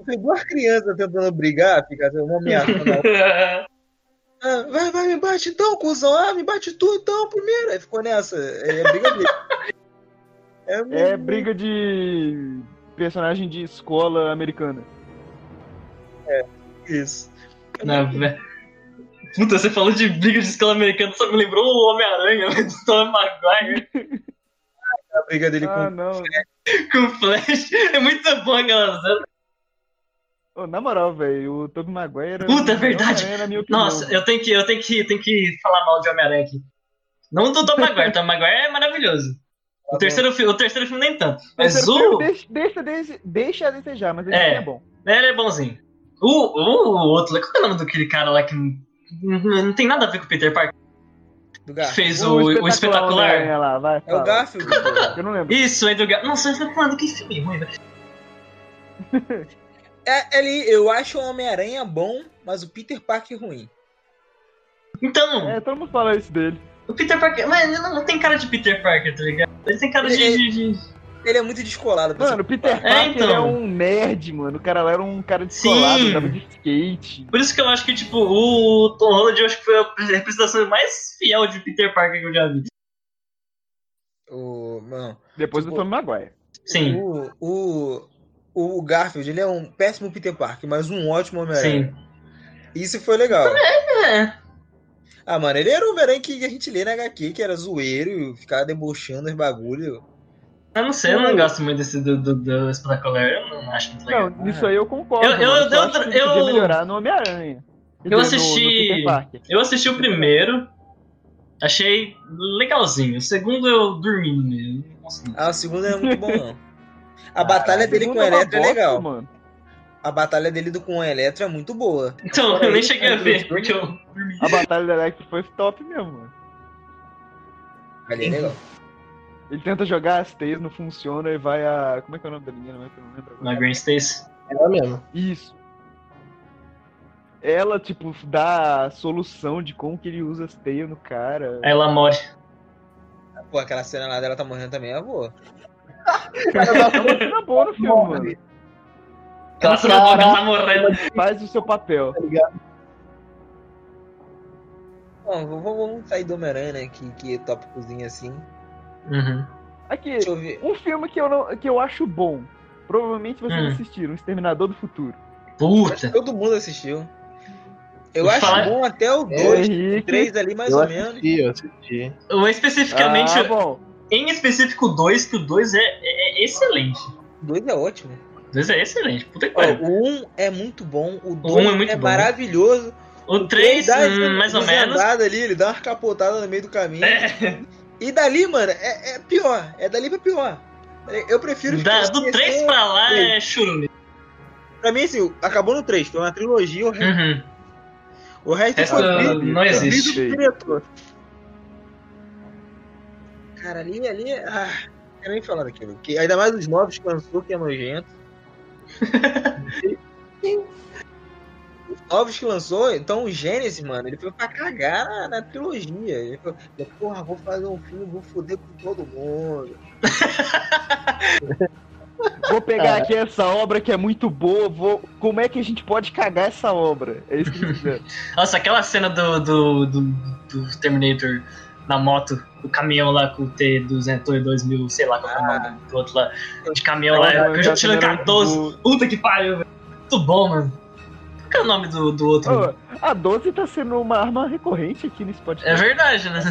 [SPEAKER 4] Tem duas crianças tentando brigar, fica assim, uma ameaça. na outra. Ah, vai, vai, me bate então, cuzão. Ah, me bate tu então primeiro. Aí ficou nessa. É briga briga.
[SPEAKER 3] É
[SPEAKER 4] muito-
[SPEAKER 3] briga de personagem de escola americana.
[SPEAKER 4] Isso.
[SPEAKER 2] Na ve- Puta, você falou de briga de escola americana, só me lembrou o Homem-Aranha, o Tom Maguire
[SPEAKER 4] É A briga dele
[SPEAKER 3] Ah, não.
[SPEAKER 2] com o Flash. É muito bom aquela cena.
[SPEAKER 3] Ô, na moral, velho, o Tobey Maguire... era-
[SPEAKER 2] Puta, é verdade.
[SPEAKER 3] Homem-Aranha, Na minha opinião.
[SPEAKER 2] Nossa, eu tenho que, eu tenho que, tenho que falar mal de Homem-Aranha aqui. Não do Tom Maguire, Tom Maguire é maravilhoso. O terceiro, fi- o terceiro é filme nem tanto. Mas
[SPEAKER 3] Terceiro
[SPEAKER 2] Tá o.
[SPEAKER 3] filme Deixa, deixa, deixa a desejar, mas ele
[SPEAKER 2] É.
[SPEAKER 3] é bom.
[SPEAKER 2] né, Ele é bonzinho. O, o, o outro lá, qual é o nome daquele cara lá que não, não- não tem nada a ver com o Peter Parker?
[SPEAKER 4] do
[SPEAKER 2] Que
[SPEAKER 4] Garfield.
[SPEAKER 2] fez Tá. o, o espetacular? né?
[SPEAKER 3] Homem-Aranha né? lá, vai,
[SPEAKER 4] É o
[SPEAKER 3] fala.
[SPEAKER 4] Garfield. pô.
[SPEAKER 3] Eu não lembro.
[SPEAKER 2] Isso, Andrew Garfield. Nossa, eu tô falando que filme ruim, velho.
[SPEAKER 4] É, ele, eu acho o Homem-Aranha bom, mas o Peter Parker ruim.
[SPEAKER 2] Então,
[SPEAKER 3] É, todo mundo fala isso dele.
[SPEAKER 2] o Peter Parker. Mas ele não, não tem cara de Peter Parker, tá ligado? Ele tem cara de. de- de-
[SPEAKER 4] Ele é muito descolado. pra
[SPEAKER 3] Mano, o Peter Parker é,
[SPEAKER 2] então.
[SPEAKER 3] um nerd, mano. O cara lá era um cara
[SPEAKER 2] Sim.
[SPEAKER 3] descolado, andava de skate.
[SPEAKER 2] Por isso que eu acho que, tipo, o Tom Holland eu acho que foi a representação mais fiel de Peter Parker que eu já vi.
[SPEAKER 4] ser- O, mano,
[SPEAKER 3] Depois do
[SPEAKER 4] Tipo,
[SPEAKER 3] Tobey Maguire.
[SPEAKER 2] Sim,
[SPEAKER 4] o, o, o Garfield, ele é um péssimo Peter Parker, mas um ótimo
[SPEAKER 3] Hum, é.
[SPEAKER 4] Homem-Aranha.
[SPEAKER 2] sim.
[SPEAKER 4] Isso foi legal.
[SPEAKER 2] É.
[SPEAKER 4] Ah, mano, ele era o Homem-Aranha que a gente lê na HQ, que era zoeiro, ficava debochando os bagulho.
[SPEAKER 2] Eu não sei, eu não gosto muito desse do, do, do espetacular. Eu não acho muito legal.
[SPEAKER 3] Hum. Não, nisso aí eu concordo.
[SPEAKER 2] Eu- eu-
[SPEAKER 3] mano. só
[SPEAKER 2] eu-
[SPEAKER 3] acho que
[SPEAKER 2] eu-
[SPEAKER 3] podia melhorar no Homem-Aranha. Quer
[SPEAKER 2] Eu
[SPEAKER 3] dizer, no-
[SPEAKER 2] assisti-
[SPEAKER 3] No, Peter Parker.
[SPEAKER 2] Eu assisti o primeiro, achei legalzinho. O segundo eu dormi no meio, não consegui.
[SPEAKER 4] Ah, o segundo não é muito bom, não. A batalha dele com o
[SPEAKER 3] Ah, Segundo uma
[SPEAKER 4] Eletro é
[SPEAKER 3] bosta,
[SPEAKER 4] legal.
[SPEAKER 3] Mano.
[SPEAKER 4] A batalha dele do com o Eletro é muito boa.
[SPEAKER 2] Então, eu nem cheguei a ver, Então, porque eu dormi.
[SPEAKER 3] A batalha da Electro foi top mesmo, mano.
[SPEAKER 4] Ali é legal.
[SPEAKER 3] Ele tenta jogar as teias, não funciona, e vai a... Como é que é o nome da menina? mesmo que eu não lembro agora?
[SPEAKER 2] Na Green Stace.
[SPEAKER 1] Ela É mesmo.
[SPEAKER 3] Isso. Ela, tipo, dá a solução de como que ele usa as teias no cara.
[SPEAKER 2] Aí ela morre.
[SPEAKER 4] Pô, aquela cena lá dela tá morrendo também é boa.
[SPEAKER 3] É uma cena boa no filme,
[SPEAKER 2] né?
[SPEAKER 3] mano.
[SPEAKER 2] Ela se ela tá morrendo.
[SPEAKER 3] Faz o seu papel.
[SPEAKER 4] Bom, v- v- vamos sair do Homem-Aranha, né, que, que é tópicozinho assim.
[SPEAKER 2] Uhum.
[SPEAKER 3] Aqui,
[SPEAKER 4] Deixa eu ver.
[SPEAKER 3] um filme que eu, não, que eu acho bom. Provavelmente vocês
[SPEAKER 2] Hum.
[SPEAKER 3] assistiram, Exterminador do Futuro.
[SPEAKER 4] Acho que
[SPEAKER 2] Puta.
[SPEAKER 4] todo mundo assistiu. Eu
[SPEAKER 2] Vou
[SPEAKER 4] acho
[SPEAKER 2] falar-
[SPEAKER 4] bom até o
[SPEAKER 3] O
[SPEAKER 4] 2, o
[SPEAKER 3] Henrique.
[SPEAKER 4] 3 ali mais
[SPEAKER 1] eu
[SPEAKER 4] ou menos.
[SPEAKER 1] assisti, eu assisti.
[SPEAKER 2] Ou especificamente,
[SPEAKER 3] Ah, bom.
[SPEAKER 2] em específico o 2, que o 2 é, é- é excelente.
[SPEAKER 4] O 2 é ótimo.
[SPEAKER 2] O 2 é excelente. Puta que
[SPEAKER 4] Ó,
[SPEAKER 2] pariu.
[SPEAKER 4] o 1 um é muito bom, o
[SPEAKER 2] é
[SPEAKER 4] 2
[SPEAKER 2] muito
[SPEAKER 4] é,
[SPEAKER 2] bom.
[SPEAKER 4] maravilhoso.
[SPEAKER 2] O 3,
[SPEAKER 4] dá essa
[SPEAKER 2] mais ou menos. É.
[SPEAKER 4] desandada ali, ele dá uma capotada no meio do caminho. E dali, mano, é, é pior. É dali pra pior. É, Eu prefiro
[SPEAKER 2] Da-
[SPEAKER 4] ficar
[SPEAKER 2] do
[SPEAKER 4] esquecendo-
[SPEAKER 2] 3 pra lá é churume.
[SPEAKER 4] Pra mim, assim, acabou no 3, foi uma trilogia, o resto,
[SPEAKER 2] Uhum.
[SPEAKER 4] o resto
[SPEAKER 2] Essa
[SPEAKER 4] foi
[SPEAKER 3] Ah,
[SPEAKER 4] lido,
[SPEAKER 2] não
[SPEAKER 3] Deus.
[SPEAKER 2] existe.
[SPEAKER 4] lido do diretor. Cara, ali, ali, ah, não quero nem falar daquilo. Que, ainda mais os novos que lançou, que é nojento. Os novos que lançou, então o Gênesis, mano, ele foi pra cagar na, na trilogia. Ele falou, porra, vou fazer um filme, vou foder com todo mundo.
[SPEAKER 3] Vou pegar aqui essa obra que é muito boa. Vou... Como é que a gente pode cagar essa obra? É isso que eles fizeram.
[SPEAKER 2] Nossa, aquela cena do, do, do, do Terminator na moto, o caminhão lá com o T200 ou 2000, sei lá qual é o nome do outro lá, de caminhão lá, que eu já tirando 14. Puta que pariu, velho. Muito bom, mano. Qual que é o nome do, do outro?
[SPEAKER 3] Ô, a 12 tá sendo uma arma recorrente aqui nesse
[SPEAKER 2] É
[SPEAKER 3] podcast.
[SPEAKER 2] verdade, né?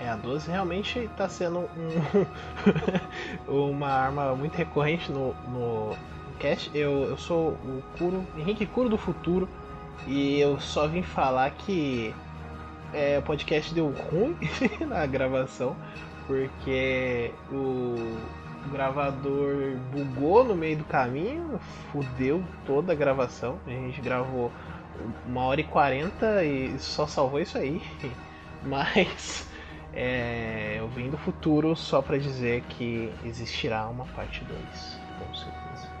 [SPEAKER 1] É, a 12 realmente tá sendo um- uma arma muito recorrente no, no cast. Eu, eu sou o Curo, Henrique Curo do Futuro, e eu só vim falar que é, o podcast deu ruim na gravação, porque o gravador bugou no meio do caminho, fudeu toda a gravação. A gente gravou uma hora e quarenta e só salvou isso aí. Mas É, eu vim do futuro só pra dizer que existirá uma parte 2, com certeza.